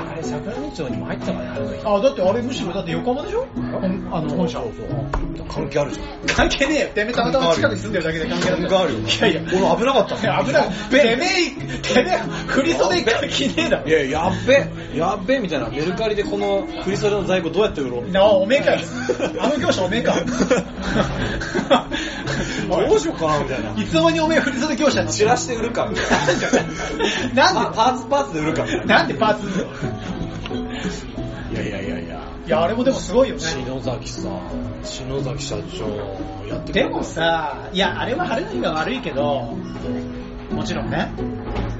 Speaker 2: あれ、桜木町にも入ってたからね、春の日。
Speaker 3: あ、だってあれむしろ、だって横浜でしょ本あの、本社。
Speaker 2: 関係あるじゃん。
Speaker 3: 関係ねえよ。てめえたまたま近くに住んでるだけで関係ない。
Speaker 2: 関係あるよ
Speaker 3: いやいや、
Speaker 2: 俺危なかったもん
Speaker 3: いや危ない。てめえ、てめえ、振り袖関係ねえだ
Speaker 2: いや、やっべ、やっべみたいな。メルカリでこの振り袖の在庫どうやって売ろうみたい
Speaker 3: なあ、おめえかよ。あの業者おめえか。
Speaker 2: な。どうしようかなみたいな。
Speaker 3: いつの間におめえ振り袖業者になっ
Speaker 2: チラシで売るかみたいな。
Speaker 3: なんで
Speaker 2: あパーツパーツで売るかみたい
Speaker 3: た
Speaker 2: な。
Speaker 3: なんでパーツ売るの
Speaker 2: いやいやいやいや。
Speaker 3: いや、あれもでもすごいよね。
Speaker 2: 篠崎さん、篠崎社長、やってくれ
Speaker 3: でもさ、いや、あれは晴れの日が悪いけど、もちろんね、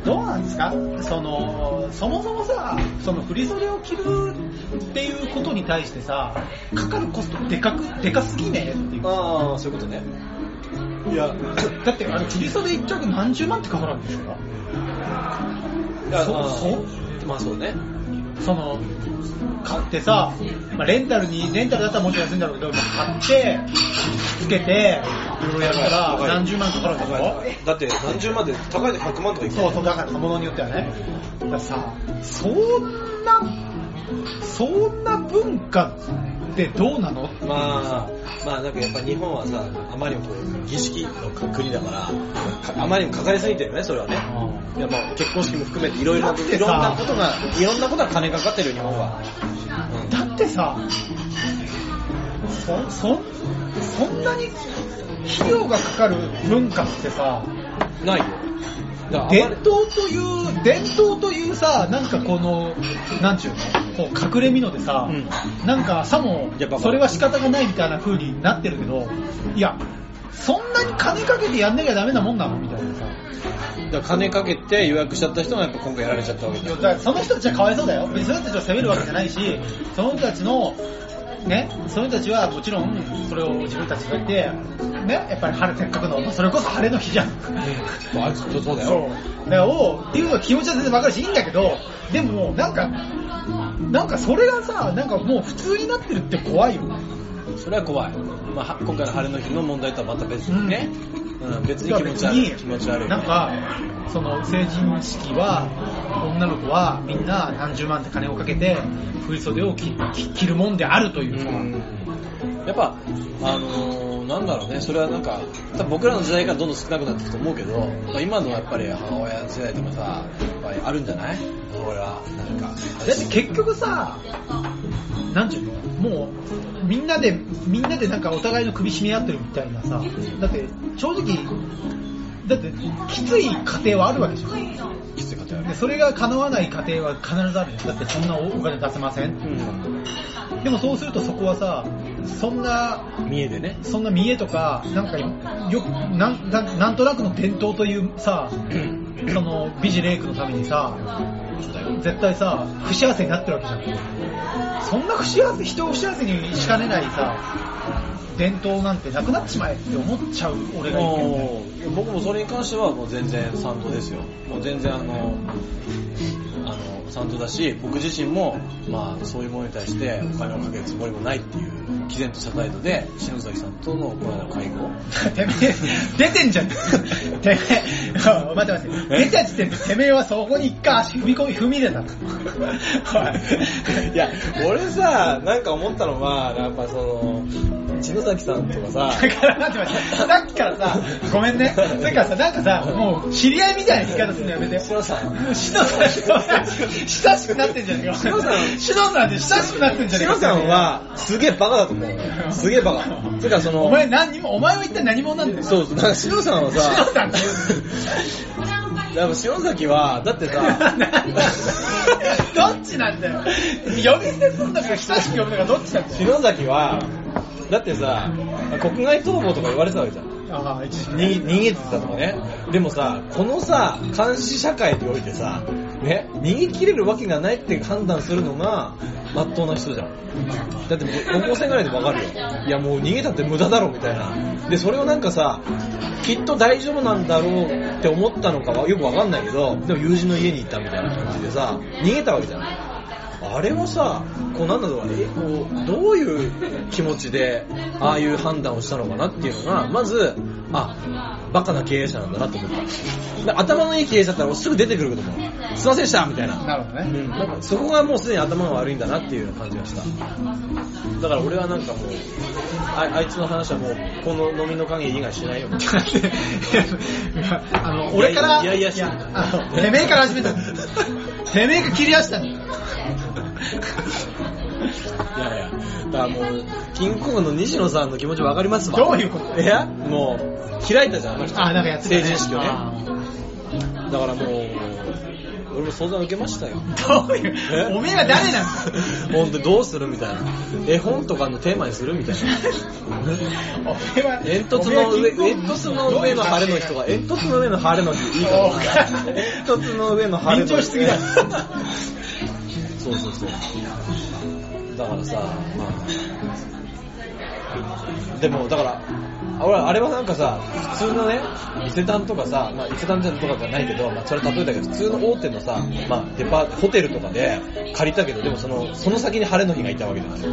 Speaker 3: どうなんですかその、そもそもさ、その振り袖を着るっていうことに対してさ、かかるコストでかく、でかすぎねっていう。だ
Speaker 2: ああ、そういうことね。いや、
Speaker 3: って、あれ、振り袖一着何十万ってかかるんですか
Speaker 2: いや
Speaker 3: そう
Speaker 2: まあ
Speaker 3: そう
Speaker 2: まあそうね。
Speaker 3: その、買ってさ、まあ、レンタルに、レンタルだったらもっと安いんだろうけど、買って、つけて、いろいろやったら何十万かかるんでしょ
Speaker 2: 高いだって何十万で高いと100万とかいく
Speaker 3: そうそう、だからものによってはね。だからさ、そんな、そんな文化ってどうなの
Speaker 2: まあ、まあなんかやっぱ日本はさ、あまりにもこう儀式の国だから、かあまりにもかかりすぎてるよね、それはね。いやまあ結婚式も含めていろいろな、
Speaker 3: だっ
Speaker 2: い
Speaker 3: てさ
Speaker 2: ろんなことが、いろんなことが金かかってるよ、日本は。うん
Speaker 3: だってさ、そ、そ、そんなに費用がかかる文化ってさ、
Speaker 2: ないよ。だからあまり
Speaker 3: 伝統という、伝統というさ、なんかこの、なんちゅうの、こう隠れ蓑でさ、
Speaker 2: う
Speaker 3: なんかさも
Speaker 2: いやバ、カ
Speaker 3: それは仕方がないみたいな風になってるけど、いや、そんなに金かけてやんなきゃダメなもんなのみたいなさ。
Speaker 2: だから金かけて予約しちゃった人がやっぱ今回やられちゃったわけ
Speaker 3: い
Speaker 2: だ
Speaker 3: やだからその人たちはかわいそうだよ。別にその人たちを責めるわけじゃないし、その人たちの、ね、その人たちはもちろん、それを自分たちがいて、ね、やっぱり晴れ、せっかくの、それこそ晴れの日じゃん。
Speaker 2: まああいつとそうだよ。
Speaker 3: そう。だから、おうっていうのは気持ちは全然わかるし、いいんだけど、でも、なんか、なんかそれがさ、なんかもう普通になってるって怖いよね。
Speaker 2: それは怖い。まあは今回の晴れの日の問題とはまた別にね。うん、別に気持ち悪い。気持ち悪い。
Speaker 3: なん、か、その成人式は、女の子はみんな何十万って金をかけて、振袖を着着着るもんであると
Speaker 2: う
Speaker 3: いうさ、
Speaker 2: ん。やっぱ、あのー、なんだろうね、それはなんか、多分僕らの時代からどんどん少なくなっていくと思うけど、まあ、今のやっぱり母親世代とかさ、やっぱりあるんじゃない俺は、なんか。
Speaker 3: だって結局さ、なんていうのもう、みんなで、みんなでなんかお互いの首絞め合ってるみたいなさ、だって正直、だってきつい家庭はあるわけじゃん。
Speaker 2: きつい方や
Speaker 3: でそれが叶わない家庭は必ずあるじゃん。だってそんなお金出せません。でもそうするとそこはさ、そんな
Speaker 2: うん。見えでね。
Speaker 3: そんな見栄とか、なんかよくなんなん、なんとなくの伝統という さ、その美辞麗句のためにさ、絶対さ、不幸せになってるわけじゃん。そんな不幸せ、人を不幸せにしかねないさ、伝統なんてなくなっちまえって思っちゃう俺がいるよね。
Speaker 2: もう僕もそれに関してはもう全然賛同ですよ。もう全然あの、あの、賛同だし、僕自身も、まあ、そういうものに対してお金をかけるつもりもないっていう、毅然とした態度で、篠崎さんとのこの間の会合。
Speaker 3: てめえ、出てんじゃん。てめえ、待って待って、出た時点でてめえはそこに一回足踏み込み、踏み入れた の。
Speaker 2: いや、俺さ、なんか思ったのは、やっぱその、篠崎さんとか さ、
Speaker 3: だから、待って待って、さっきからさ、ごめんね。さっきからさ、なんかさ、もう、知り合いみたいな言い方するのやめて。
Speaker 2: 篠さん、
Speaker 3: シノさん、シノさん、親しくなってんじゃねえか。
Speaker 2: シノさん
Speaker 3: シノさんって親しくなってんじゃねえか。
Speaker 2: 篠さん、は、すげえバカだと思う。すげえバカ。てかその、
Speaker 3: お前何にも、お前は一体何者なんだよ。
Speaker 2: そうそう、なんか篠さんはさ、
Speaker 3: シノさ んって
Speaker 2: やっぱ篠崎は、だってさ、
Speaker 3: なんだどっちなんだよ。呼び捨てすんだから親しく呼ぶのがどっちなんだよ。
Speaker 2: 篠崎は、だってさ、国外逃亡とか言われてたわけじゃん。
Speaker 3: ああ、一時
Speaker 2: に逃げてたとかね。でもさ、このさ、監視社会においてさ、ね、逃げ切れるわけがないって判断するのが、まっとうな人じゃん。だってもう高校生ぐらいでわかるよ。いやもう逃げたって無駄だろみたいな。で、それをなんかさ、きっと大丈夫なんだろうって思ったのかはよくわかんないけど、でも友人の家に行ったみたいな感じでさ、逃げたわけじゃない。あれもさ、こうなんだろうね、えこう、どういう気持ちで、ああいう判断をしたのかなっていうのが、まず、あ、バカな経営者なんだなと思った。で頭のいい経営者だったらすぐ出てくるけども、すいませんでしたみたいな。
Speaker 3: なるほど
Speaker 2: う
Speaker 3: ね。
Speaker 2: ん、なんかそこがもうすでに頭が悪いんだなっていうような感じがしただから俺はなんかもうああいつの話はもうこの飲みの限り以外しないよみたい
Speaker 3: だっていやあの、俺から、
Speaker 2: いやいやいやいや
Speaker 3: あのてめえから始 めたの。てめえが切り出したの。
Speaker 2: ないやいやだからもうキングコングの西野さんの気持ち分かりますわ
Speaker 3: どういうこと
Speaker 2: いやもう開いたじゃんあの人
Speaker 3: あ、なんかやってたね
Speaker 2: 成人式をね
Speaker 3: あー
Speaker 2: だからもう俺も相談受けましたよ。
Speaker 3: どういう、おめえら誰 なんだ
Speaker 2: 本当にどうするみたいな。絵本とかのテーマにするみたい
Speaker 3: 俺は
Speaker 2: な。煙突の上、煙突の上の晴れの日とか、煙突の上の晴れの日、いいか
Speaker 3: おか
Speaker 2: な。煙突の上の晴れの日。
Speaker 3: 緊張しすぎだ
Speaker 2: そうそうそう。だからさ、まあ。でも、だから、俺、あれはなんかさ、普通のね、伊勢丹とかさ、まあ伊勢丹じゃとかじゃないけど、まあそれ例えたけど、普通の大手のさ、まあデパート、ホテルとかで借りたけど、でもその、その先に晴れの日がいたわけじゃなくて。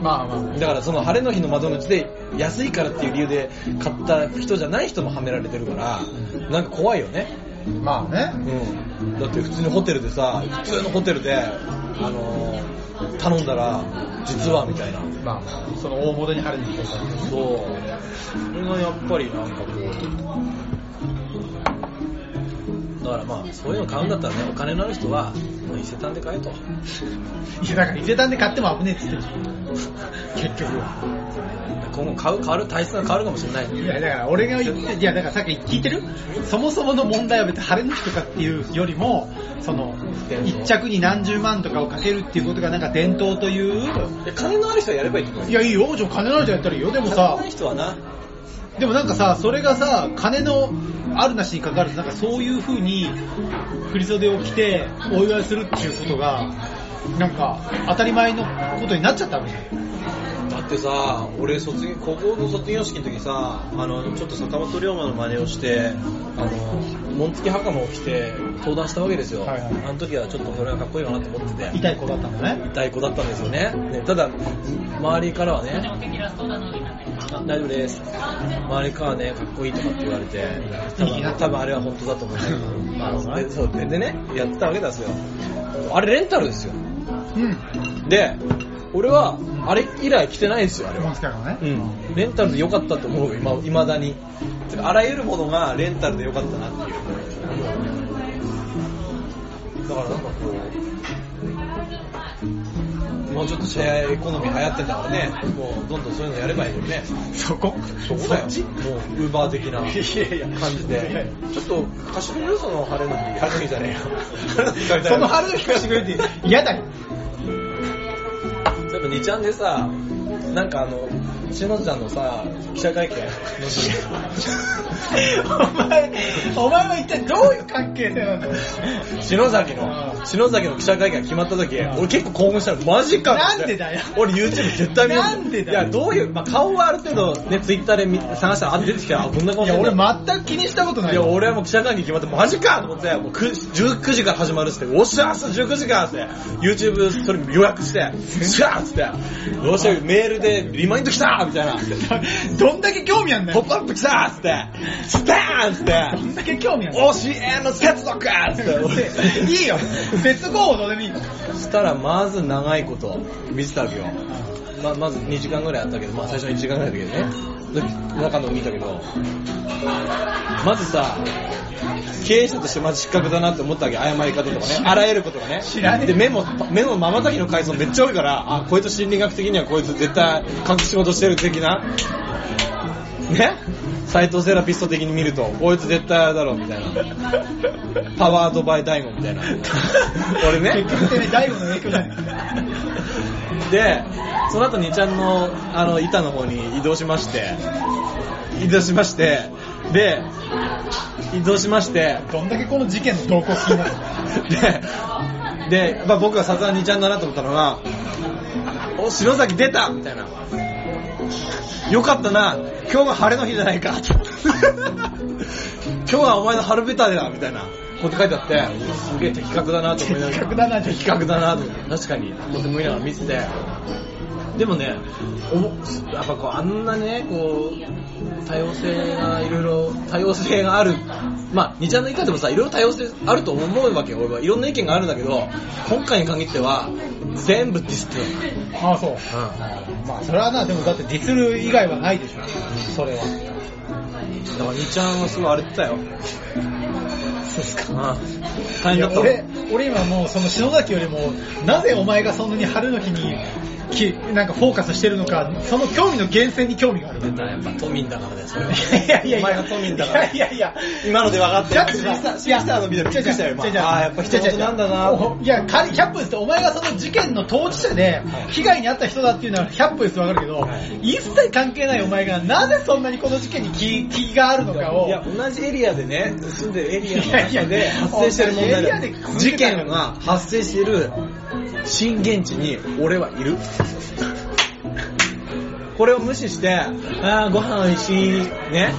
Speaker 3: まあま
Speaker 2: だからその晴れの日の窓口で安いからっていう理由で買った人じゃない人もはめられてるから、なんか怖いよね。
Speaker 3: あ。まあね。
Speaker 2: うん。だって普通にホテルでさ、普通のホテルで、あのー頼んだら、実はみたいな。
Speaker 3: まあ、その大元に晴れに行こうか。
Speaker 2: そう。それがやっぱりなんかこう、だからまあ、そういうの買うんだったらね、お金のある人は、もう伊勢丹で買えと。
Speaker 3: いや、だから伊勢丹で買っても危ねえって言ってるじゃん。結局は。
Speaker 2: 今後買う、変わる、体質が変わるかもしれない。
Speaker 3: いやだから俺が言って、いやだからさっき聞いてるそもそもの問題は別に晴れの日とかっていうよりも、その、一着に何十万とかをかけるっていうことがなんか伝統という、
Speaker 2: いや金のある人はやればいいと思う。
Speaker 3: いやいいよ、じゃあ金なんてやったらいいよ、でも
Speaker 2: 金の
Speaker 3: さ
Speaker 2: な、い人はな、
Speaker 3: でもなんかさ、それがさ、金のあるなしにかかわらず、なんかそういう風に振袖を着てお祝いするっていうことが、なんか当たり前のことになっちゃったわけじゃん。
Speaker 2: だってさ、俺卒業、高校の卒業式の時さ、あの、ちょっと坂本龍馬の真似をして、あの、紋付き袴を着て登壇したわけですよ。
Speaker 3: はいはい
Speaker 2: あの時はちょっとそれはかっこいいかなと思ってて。
Speaker 3: 痛い子だったんだね。
Speaker 2: 痛い子だったんですよね。ねただ、周りからはね、あ大丈夫です。周りからはね、かっこいいとかって言われて、多
Speaker 3: いいな
Speaker 2: 分多分あれは本当だと思うんだけど
Speaker 3: なるほどね
Speaker 2: でそうででね、やってたわけですよ。あれレンタルですよ。
Speaker 3: うん。
Speaker 2: で、俺は、あれ以来着てないですよ、あれは
Speaker 3: モン。スターがね。
Speaker 2: うん、レンタルで良かったと思うよ、今、未だに。てかあらゆるものがレンタルで良かったなっていう。だからなんかこう、もうちょっとシェアエコノミー流行ってたからね、もうどんどんそういうのやればいいよね。
Speaker 3: そこ
Speaker 2: そこだよ。もう、ウーバー的な感じ
Speaker 3: いやいや
Speaker 2: で。ちょっと、貸してくれるその晴れの日。晴れの日じゃねえよ。晴れの日借りたい
Speaker 3: その春の日貸してくれって嫌だよ。
Speaker 2: やっぱ2ちゃんでさ、なんかあの、しのちゃんのさ、記者会見の時
Speaker 3: お前、お前は一体どういう関係性なんだよ。
Speaker 2: 篠崎
Speaker 3: う
Speaker 2: の、
Speaker 3: ん
Speaker 2: 篠崎の記者会見が決まった時、
Speaker 3: うん
Speaker 2: 俺結構興奮したの。マジかって
Speaker 3: なんでだよ
Speaker 2: 俺 YouTube 絶対見ようと思って
Speaker 3: なんでだよ
Speaker 2: いや、どういう、まあ、顔はある程度ね、Twitter で見探したら、あ、出てきたら、あこんな顔
Speaker 3: い
Speaker 2: して
Speaker 3: や、
Speaker 2: んだ
Speaker 3: 俺全く気にしたことない
Speaker 2: い
Speaker 3: よ。
Speaker 2: や、俺はもう記者会見決まって、マジかと思って、もうく19時から始まるっつって、おっしゃーっす !19 時からっつって、YouTube それ予約して、しゃーっつって、よっしゃ、メールでリマインド来たみたい な。
Speaker 3: どんだけ興味あんだ
Speaker 2: ポ
Speaker 3: よ。
Speaker 2: ップアップ来たっつって、スターンっつって、
Speaker 3: どんだけ興味あんだよ。
Speaker 2: OCN の接続っつって、
Speaker 3: いいよ。別合法どうでもいいの。
Speaker 2: したら、まず長いこと、見てたわけよ。ままず2時間ぐらいあったけど、まあ最初の1時間ぐらいだけどね。で中の見たけど、まずさ、経営者としてまず失格だなって思ったわけ。誤り方とかね。あらゆることがね。
Speaker 3: 知らねえ
Speaker 2: で、目も、目も瞬きの回数めっちゃ多いから、あ、こいつ心理学的にはこいつ絶対隠し事してる的な。ね斎藤セラピスト的に見ると、こいつ絶対あれだろうみたいな。 パワードバイダイゴみたいな。俺ね。
Speaker 3: 結局てね、大悟の影響じゃない。
Speaker 2: で、その後にちゃんの、あの、板の方に移動しまして、移動しまして、で、移動しまして、
Speaker 3: どんだけこの事件の動向気になるの
Speaker 2: で、で、まあ、僕がさすがにちゃんだなと思ったのが、お、篠崎出たみたいな。よかったな、今日が晴れの日じゃないか。 今日はお前の春ベタでだ、みたいな。こうやって書いてあって、すげえ的確だなと思いながら。
Speaker 3: 的確だな
Speaker 2: 的確だなと思って、確かに。とてもいいながら見てて。でもね、おもやっぱこう、あんなね、こう、多様性がいろいろ、多様性がある。まあ、二ちゃんの意見でもさ、いろいろ多様性あると思うわけよ。俺はいろんな意見があるんだけど、今回に限っては、全部ディスってる。
Speaker 3: ああ、そう。まあ、それはな、でもだってディスる以外はないでしょ。それは。
Speaker 2: だから兄ちゃんはすごい荒れてたよ。
Speaker 3: そうですか。
Speaker 2: 大
Speaker 3: い
Speaker 2: 変だ
Speaker 3: や
Speaker 2: ったもん
Speaker 3: 俺、俺今もうその篠崎よりも、なぜお前がそんなに春の日にきなんかフォーカスしてるのか、その興味の源泉に興味がある。
Speaker 2: 出た、やっぱ都民だからだよ、それは。
Speaker 3: いやいやいや
Speaker 2: お前が都民だから。
Speaker 3: いやいやいや
Speaker 2: 今ので分かった。
Speaker 3: ジャッジ
Speaker 2: シーサー、シーサーのビデオびっくりしたよ、今。
Speaker 3: 違う違う
Speaker 2: ああ、やっぱ人事なんだな。
Speaker 3: おいや、仮100分ですって、お前がその事件の当事者で、被害に遭った人だっていうのは100分ですわかるけど、
Speaker 2: はい
Speaker 3: 一切関係ないお前が、なぜそんなにこの事件に気気があるのかを、
Speaker 2: いや、同じエリアでね、住んでるエリアの
Speaker 3: いや
Speaker 2: 中
Speaker 3: いや
Speaker 2: で発生してる問題
Speaker 3: 同じエリア
Speaker 2: だ
Speaker 3: で
Speaker 2: よ。事件が発生してる震源地に俺はいる。これを無視して、ああ、ご飯美味しい、ね。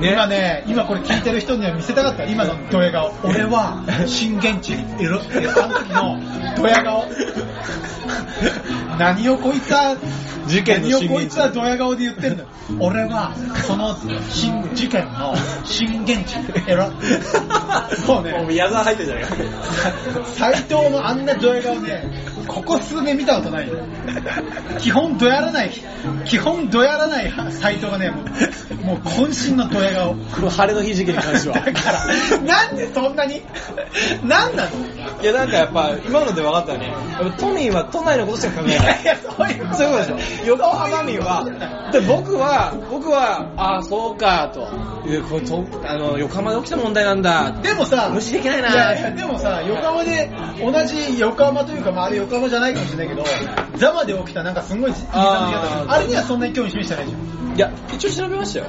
Speaker 3: 今ね、今これ聞いてる人には見せたかった、今のドヤ顔。俺は、 震源地にいる、あの時のドヤ 顔。何をこいつは、
Speaker 2: 事件の
Speaker 3: 何を
Speaker 2: 震源地
Speaker 3: こいつはドヤ顔で言ってるの俺は、その震事件の震源地にいる。そう
Speaker 2: もう
Speaker 3: ね、
Speaker 2: 矢沢入ってるじゃ ないか。
Speaker 3: 斎藤のあんなドヤ顔ね、ここ数年見たことないよ。基本どやらない、基本どやらない斎藤がね、もうもう渾身のドヤ顔。
Speaker 2: この晴れの日事件に関しては。
Speaker 3: だから、なんでそんなに、なんなの
Speaker 2: いや、なんかやっぱ、今ので分かったね。やっぱ都民は都内のことしか考
Speaker 3: い
Speaker 2: えない
Speaker 3: や。いや、そういうこと
Speaker 2: そういうことでしょ。横浜民
Speaker 3: そういうことじゃな
Speaker 2: は、で僕は、僕は、ああ、そうか、と。いやこれとあの、横浜で起きた問題なんだ。
Speaker 3: でもさ、
Speaker 2: 無視できないない
Speaker 3: やいや、でもさ、横浜で、同じ横浜というか、まああれ横浜じゃないかもしれないけど、ザマで起きたなんかすごい小さな事件だったじゃん
Speaker 2: あー
Speaker 3: あれにはそんなに興味示してないじゃ
Speaker 2: い
Speaker 3: ん。
Speaker 2: や、一応調べましたよ。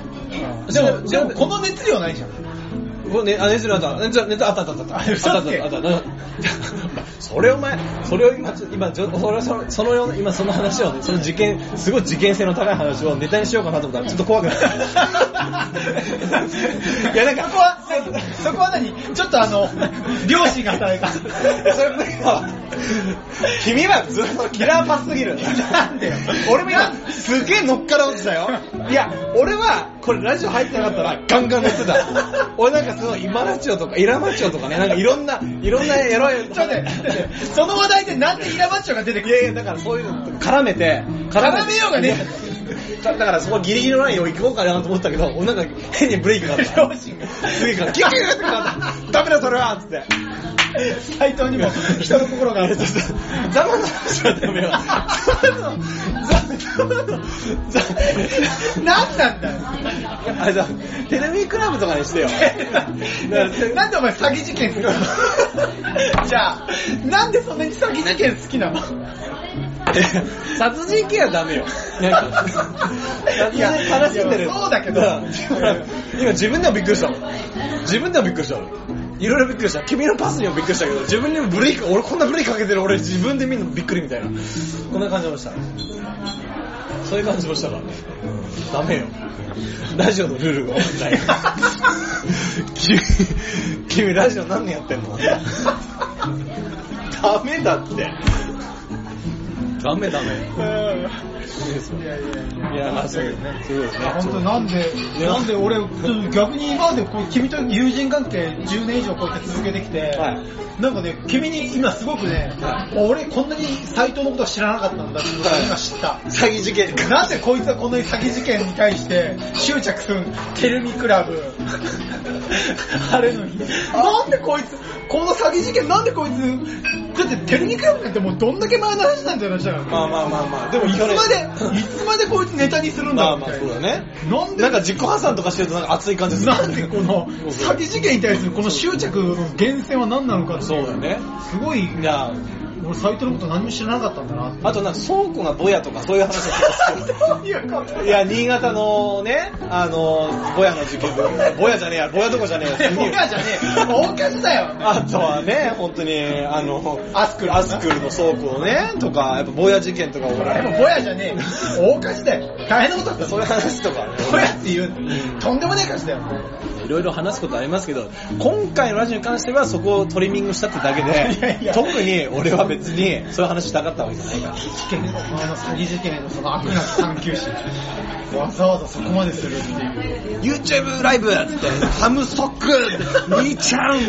Speaker 3: でも、で
Speaker 2: 調
Speaker 3: も
Speaker 2: べ
Speaker 3: この熱量ないじゃん。
Speaker 2: これね、あ、熱量あった。熱熱あったあったあった。あったあっ
Speaker 3: 嘘
Speaker 2: たあ
Speaker 3: つ
Speaker 2: っ
Speaker 3: け
Speaker 2: たあったあった。それお前、それを今、今、ちょそれをそのそのような、今その話をね、その事件、すごい事件性の高い話をネタにしようかなと思ったら、ちょっと怖くなった。いや、なんか、
Speaker 3: そこは、何そこは何ちょっとあの、両親が働いた。
Speaker 2: それ無理だわ君はずっとキラーパスすぎる。
Speaker 3: なんでよ
Speaker 2: 俺も今、すげえ乗っから落ちたよ。いや、俺は、これラジオ入ってなかったらガンガン乗ってた。俺なんかその、今ラチオとか、イラマチオとかね、なんかいろんな、いろんなエロい。
Speaker 3: ちょっと待ってちょっと待って、その話題でなんでイラマッチョが出てく
Speaker 2: い
Speaker 3: る
Speaker 2: やいや、だからそういうの絡めて、
Speaker 3: 絡めようがね
Speaker 2: だだからそこギリギリのラインを行こうかなと思ったけど、俺なんか変にブレーキがかかった。
Speaker 3: 両親が
Speaker 2: ブレーキがギュギュってかかった。ダメだそれはつって。
Speaker 3: 斎藤にも人の心がある。
Speaker 2: ザマの話はダメよ。ザマの、ザマの、ザ
Speaker 3: なんなんだよ。
Speaker 2: あれだ、テレビクラブとかにして よ。だから
Speaker 3: なんでお前詐欺事件好きなのじゃあ、なんでそんなに詐欺事件好きなの
Speaker 2: 殺人系はダメよ。なんか殺
Speaker 3: いや
Speaker 2: 人悲しんで
Speaker 3: い
Speaker 2: る。
Speaker 3: やそうだけど
Speaker 2: うん 今自分でもびっくりしたもん。自分でもびっくりしたもん。いろいろびっくりした。君のパスにもびっくりしたけど、自分にもブレーキ、俺こんなブレーキかけてる俺自分で見るのびっくりみたいな。こんな感じもした。そういう感じもしたからね。ダメよ。ラジオのルールが分かんない よ。君、君ラジオ何年やってんのダメだって。ダメダメ。
Speaker 3: いやいやい
Speaker 2: いや、まあそうですね。そうですね。
Speaker 3: 本当なんで、なんで俺、ちょっと逆に今までこう君と友人関係10年以上こうやって続けてきて、
Speaker 2: は
Speaker 3: なんかね、君に今すごくね、
Speaker 2: は
Speaker 3: 俺こんなに斎藤のことは知らなかったんだっていうのを今知った。
Speaker 2: 詐欺事件か。
Speaker 3: なんでこいつはこの詐欺事件に対して執着するんテルミクラブ。あれの日。なんでこいつ、この詐欺事件なんでこいつ、だってテルミクラブなんてもうどんだけ前の話なんじゃないじゃん。
Speaker 2: まあまあまあまあ、でも
Speaker 3: いつ
Speaker 2: かない
Speaker 3: まで、いつまでこいつネタにするん
Speaker 2: まあ
Speaker 3: だろう
Speaker 2: ま
Speaker 3: み
Speaker 2: あ
Speaker 3: たい
Speaker 2: そうだ
Speaker 3: な。
Speaker 2: ね。
Speaker 3: なんで
Speaker 2: なんか自己破産とかしてるとなんか熱い感じする。
Speaker 3: なんでこの詐欺事件に対するこの執着の源泉は何なのかって
Speaker 2: そうだね。
Speaker 3: すごい、
Speaker 2: いや、
Speaker 3: 俺サイトのこと何も知らなかったんだなって。
Speaker 2: あとなんか倉庫がぼやとかそういう話を
Speaker 3: そういうこ と
Speaker 2: いや、新潟のね、あの、ぼやの事件ぼやじゃねえや、ぼやどこじゃね えや。
Speaker 3: いやじゃねえよ。大勝ちだよ。
Speaker 2: あとはね、本当に、あの、
Speaker 3: アスクル
Speaker 2: アスクルの倉庫のね、とか、やっぱぼや事件とか、
Speaker 3: でも
Speaker 2: 俺、
Speaker 3: ぼやじゃねえよ。大火事だよ。大変なことだ
Speaker 2: そういう話とかね。
Speaker 3: ぼやって言うの。とんでもねえ火事だよ。
Speaker 2: いろいろ話すことありますけど、今回のラジオに関してはそこをトリミングしたってだ け
Speaker 3: いやい
Speaker 2: で、
Speaker 3: や
Speaker 2: 特に俺は別にそういう話したかったわけじゃないから。
Speaker 3: 事件の、あの詐欺事件のその悪な探求心。わざわざそこまでするっていう。
Speaker 2: YouTube ライブっつって、ハムストック兄ちゃんって。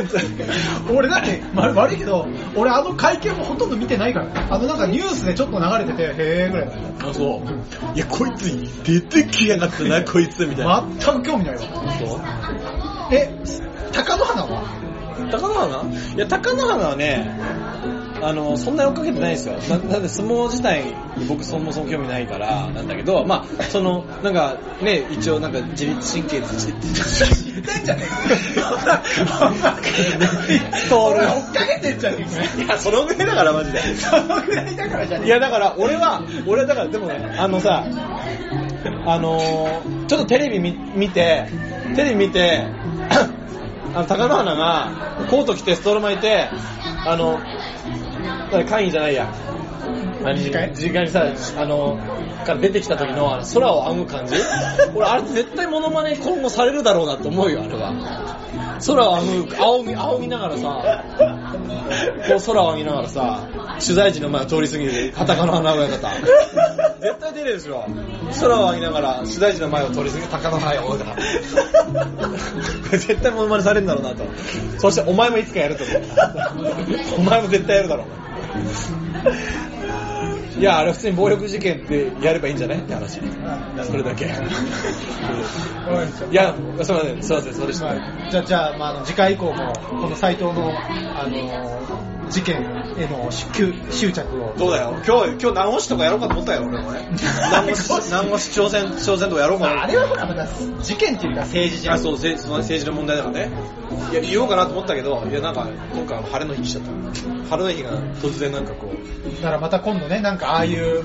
Speaker 3: 俺だって、ま、悪いけど、俺あの会見もほとんど見てないから。あのなんかニュースでちょっと流れてて、へーぐらいだった。
Speaker 2: あ、そう。いや、こいつ出てきやがった な、こいつ、みたいな。
Speaker 3: 全く興味ないわ。
Speaker 2: そう
Speaker 3: え、高野花は
Speaker 2: 高野花いや、高野花はね、あの、そんなに追っかけてないんですよ。ななんで相撲自体僕そもそも興味ないからなんだけどまあそのなんかね一応なんか自律神経自律
Speaker 3: 言ってんじ ゃ ねえか。
Speaker 2: 通る
Speaker 3: 追っかけてんじゃねえか。
Speaker 2: いやそのぐらいだからマジで
Speaker 3: そのぐらいだからじゃ
Speaker 2: い
Speaker 3: ねえ
Speaker 2: やだから俺は俺はだからでもねあのさあのーちょっとテレビ見見てテレビ見て あの高野花がコート着てストロー巻いてあの会議じゃないや何
Speaker 3: 次回
Speaker 2: 次回にさあのから出てきた時のあの空を仰ぐ感じ 俺あれ絶対モノマネ今後されるだろうなと思うよあれは空を仰ぐ仰ぎ仰ぎながらさこう空を見ながらさ、取材時の前を通り過ぎる、高野花親方。絶対出るでしょ。空を見ながら、取材時の前を通り過ぎる、高野花親方。これ絶対モノマネされるんだろうなと。そしてお前もいつかやると思う。お前も絶対やるだろう。いや、あれ普通に暴力事件ってやればいいんじゃないって話。それだけ。いや、すいません、すいません、そうでした。
Speaker 3: まあじゃあ、じゃあ、まああの、次回以降も、この斎藤の、あの、事件への執執着を。
Speaker 2: どうだよ今日、今日何押しとかやろうかと思ったよ、俺もね。何押し、何押し挑戦、挑戦とかやろうかな。
Speaker 3: あれはほら、まだ事件っていうか政治じゃ
Speaker 2: あ
Speaker 3: ん。
Speaker 2: そうせその政治の問題だからねいや言おうかなと思ったけどいやなんか今回は晴れの日にしちゃった晴れの日が突然なんかこう
Speaker 3: だからまた今度ね、なんかああいう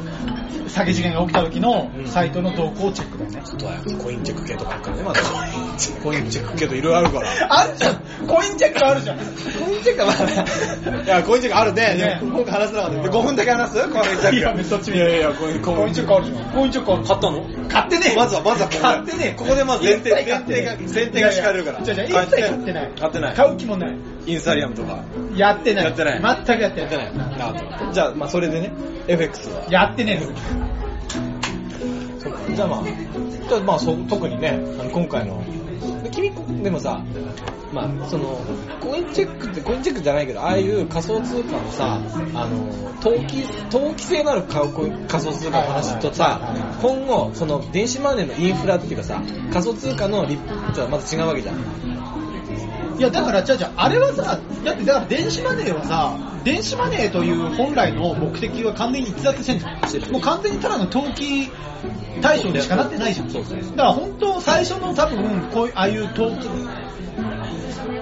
Speaker 3: 詐欺事件が起きた時の
Speaker 2: うん
Speaker 3: 斎藤の動向をチェックだよね。
Speaker 2: あとはコインチェック系とかあるからねまだコインチェック系といろいろある から
Speaker 3: あるじゃんコインチェックあるじゃん
Speaker 2: コインチェックはまあいやコインチェックあるね
Speaker 3: ね
Speaker 2: でも今回話せなかった5分だけ話すコインチェック
Speaker 3: いやめっちゃ
Speaker 2: いやいやコイン
Speaker 3: コインチェックあるじゃん。コインチェックある
Speaker 2: 買ったの
Speaker 3: 買ってねえ
Speaker 2: まずはまずは
Speaker 3: 買ってねえ
Speaker 2: ここでまず前提
Speaker 3: 一切買ってねえ
Speaker 2: 前提が前提が敷かれるから
Speaker 3: いやいやじゃあじゃあ一切買ってない。
Speaker 2: 買ってない
Speaker 3: 買う気もない。
Speaker 2: インサリアムとか
Speaker 3: やってない。
Speaker 2: やってない
Speaker 3: 全くやって
Speaker 2: やっ
Speaker 3: な
Speaker 2: て
Speaker 3: い。
Speaker 2: ないなあとじゃあまあそれでね FX は
Speaker 3: やってねえの
Speaker 2: じゃあまあ、じゃあまあそう特にね、あの今回の、で君、でもさ、まあその、コインチェックって、コインチェックじゃないけど、ああいう仮想通貨のさ、あの、投機、投機性のあるかコイン仮想通貨の話と
Speaker 3: は
Speaker 2: さ
Speaker 3: いはいはい、
Speaker 2: 今後、その電子マネーのインフラっていうかさ、仮想通貨のリップとはまた違うわけじゃん。
Speaker 3: いやだから、じゃあじゃあ、あれはさ、だってだから電子マネーはさ、電子マネーという本来の目的は完全に逸脱してんじ
Speaker 2: して
Speaker 3: ゃん。
Speaker 2: る
Speaker 3: もう完全にただの投機対象にしかなってないじゃん。
Speaker 2: そうですね
Speaker 3: だから本当、最初の多分、こういう、ああいう投機、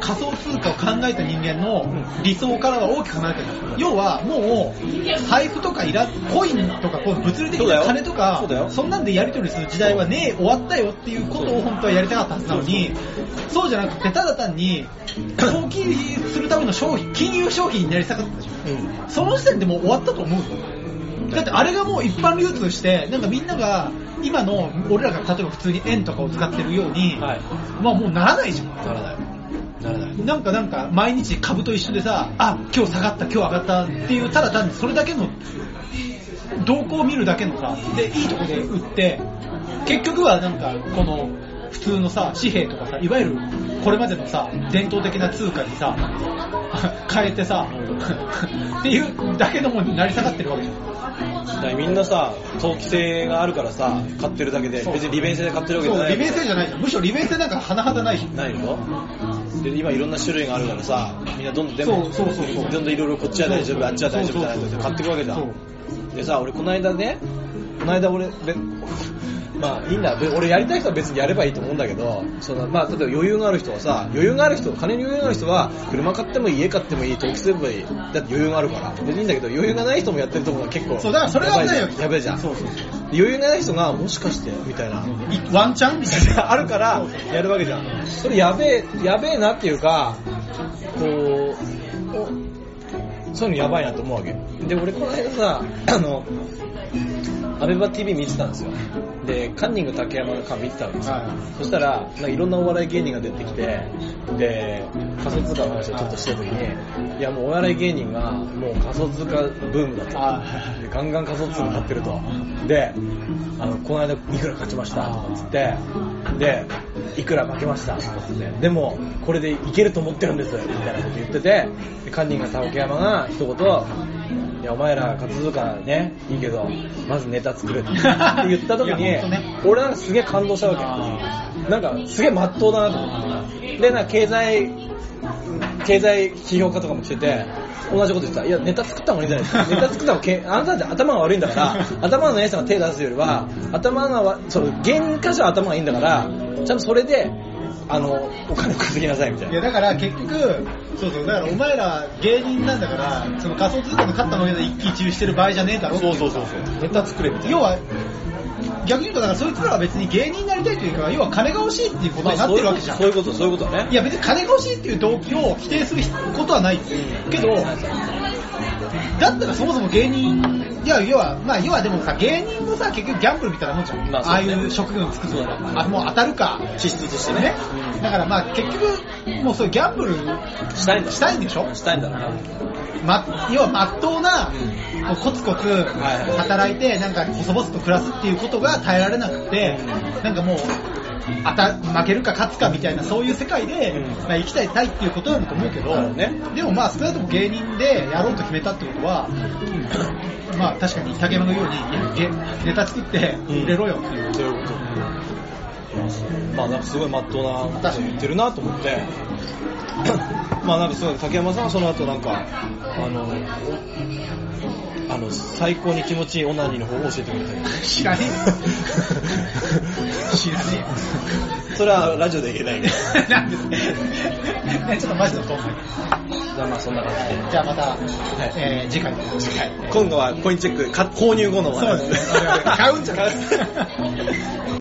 Speaker 3: 仮想通貨を考えた人間の理想からは大きく離れてる。要は、もう、財布とかいら、コインとか、こう物理的
Speaker 2: そうだ
Speaker 3: な
Speaker 2: よ
Speaker 3: 金とか
Speaker 2: そうだ、よ
Speaker 3: そんなんでやり取りする時代はねえ、終わったよっていうことを本当はやりたかったはずなのに、そうじゃなくて、ただ単に、投機するための商品、金融商品になりたかったじゃん。その時点でもう終わったと思うよだってあれがもう一般流通して、なんかみんなが、今の、俺らが例えば普通に円とかを使ってるように、
Speaker 2: はい
Speaker 3: まあもうならないじゃん。
Speaker 2: ならない。ならない。
Speaker 3: なんかなんか毎日株と一緒でさ、あ、今日下がった、今日上がったっていう、ただ単にそれだけの、動向を見るだけのさ、で、いいとこで売って、結局はなんか、この、普通のさ、紙幣とかさ、いわゆる、これまでのさ、伝統的な通貨にさ、変えてさ、 っていうだけのものになりたがってるわけじゃん。
Speaker 2: だからみんなさ、投機性があるからさ、買ってるだけで、
Speaker 3: そう
Speaker 2: 別に利便性で買ってるわけじゃ
Speaker 3: そう、
Speaker 2: ない
Speaker 3: 利便性じゃないじゃん。むしろ利便性なんか甚だないし。
Speaker 2: ないでしょで今いろんな種類があるからさみんなどんどん全部
Speaker 3: そうそうそうそう
Speaker 2: どんどんいろいろこっちは大丈夫あっちは大丈夫じゃない
Speaker 3: そうそう
Speaker 2: と
Speaker 3: そ
Speaker 2: 買
Speaker 3: う
Speaker 2: っていくわけじゃ
Speaker 3: そうん
Speaker 2: でさ俺この間ねこの間俺べ まあいいんだべ俺やりたい人は別にやればいいと思うんだけどそのまあ例えば余裕がある人はさ余裕がある人金に余裕がある人は車買ってもいい家買ってもいい投機すればいいだって余裕があるから別にいいんだけど余裕がない人もやってるところが結構
Speaker 3: そう、だからそれが危ないよ。
Speaker 2: やばいじゃんやば
Speaker 3: そう
Speaker 2: いじ
Speaker 3: そうそう。
Speaker 2: ゃん余裕がない人がもしかしてみたいない
Speaker 3: ワンチャンみたいな。
Speaker 2: あるからやるわけじゃん。それやべえ、やべえなっていうか、こう、おそういうのやばいなと思うわけ。で、俺この間さ、あの、アベバ TV 見てたんですよ。で、カンニング竹山の缶見てたんですよ。
Speaker 3: はい
Speaker 2: そしたら、なんかいろんなお笑い芸人が出てきて、で、仮想通貨の話をちょっとしてる時に、いやもうお笑い芸人がもう仮想通貨ブームだと。
Speaker 3: あ
Speaker 2: でガンガン仮想通貨買ってると。で、あの、この間いくら勝ちましたっつって、で、いくら負けましたっつって、でも、これでいけると思ってるんですみたいなこと言ってて、で、カンニング竹山が一言、いや、お前ら仮想通貨ね、いいけど、まずネタ作れって言った時
Speaker 3: い
Speaker 2: に
Speaker 3: やほんとね、
Speaker 2: 俺なんかすげえ感動したわけ。
Speaker 3: あ
Speaker 2: なんかすげえ真っ当だなと思って。で、なんか経済、経済批評家とかも来てて、同じこと言ってた。いや、ネタ作った方がいいんじゃないですか。ネタ作った方がけ、あなたって頭が悪いんだから、頭のない人が手出すよりは、頭がわ、その、原価者は頭がいいんだから、ちゃんとそれで、あの、お金を稼ぎなさいみたい
Speaker 3: いや
Speaker 2: な。
Speaker 3: だから結局、そうそう、だからお前ら芸人なんだから、その仮想通貨の勝ったの上で一喜一憂してる場合じゃねえだろってい
Speaker 2: そうそう。ネタ作れみたいな。
Speaker 3: 要は、逆に言うと、だからそいつらは別に芸人になりたいというか、要は金が欲しいっていうことになってるわけじゃん。
Speaker 2: そういうこと、そういうことだね。
Speaker 3: いや別に金が欲しいっていう動機を否定することはないけど、だったらそもそも芸人、いや、要は、まあ、要はでもさ、芸人もさ、結局ギャンブルみたいなもんじゃん。
Speaker 2: まあ
Speaker 3: あ
Speaker 2: そう
Speaker 3: あ
Speaker 2: だね
Speaker 3: いう職業に就く
Speaker 2: そう
Speaker 3: と
Speaker 2: だね
Speaker 3: あ、もう当たるか。
Speaker 2: 資質としてね
Speaker 3: ね。だからまあ、結局、もうそういうギャンブル、
Speaker 2: したいんだ。
Speaker 3: したいんでしょ
Speaker 2: したいんだな。
Speaker 3: ま、要はまっとうな、こうコツコツ
Speaker 2: はいはい
Speaker 3: 働いて、なんか細々と暮らすっていうことが耐えられなくて、なんかもう、当た負けるか勝つかみたいなそういう世界で、
Speaker 2: うん
Speaker 3: まあ、生きていたいっていうことなんだと思うけど、
Speaker 2: なるほどね
Speaker 3: でもまあ少なくとも芸人でやろうと決めたってことは、まあ確かに竹山のようにいやゲネタ作って売れろよっていう、
Speaker 2: そういうこと。まあなんかすごい真っ当なことを言ってるなと思って、 まあなんかすごい竹山さんはその後なんか、あの、あの、最高に気持ちいいオナニーの方を教えてくれた けど。
Speaker 3: 知らね え知らね
Speaker 2: それはラジオでいけないね。
Speaker 3: えなんですねねちょっとマジで遠い
Speaker 2: じゃあまあそんな感じで。
Speaker 3: じゃあまた、
Speaker 2: い
Speaker 3: えー次回次回
Speaker 2: 今度はコインチェック、か購入後の
Speaker 3: そうですね。買うんじゃ
Speaker 2: 買
Speaker 3: な
Speaker 2: う
Speaker 3: い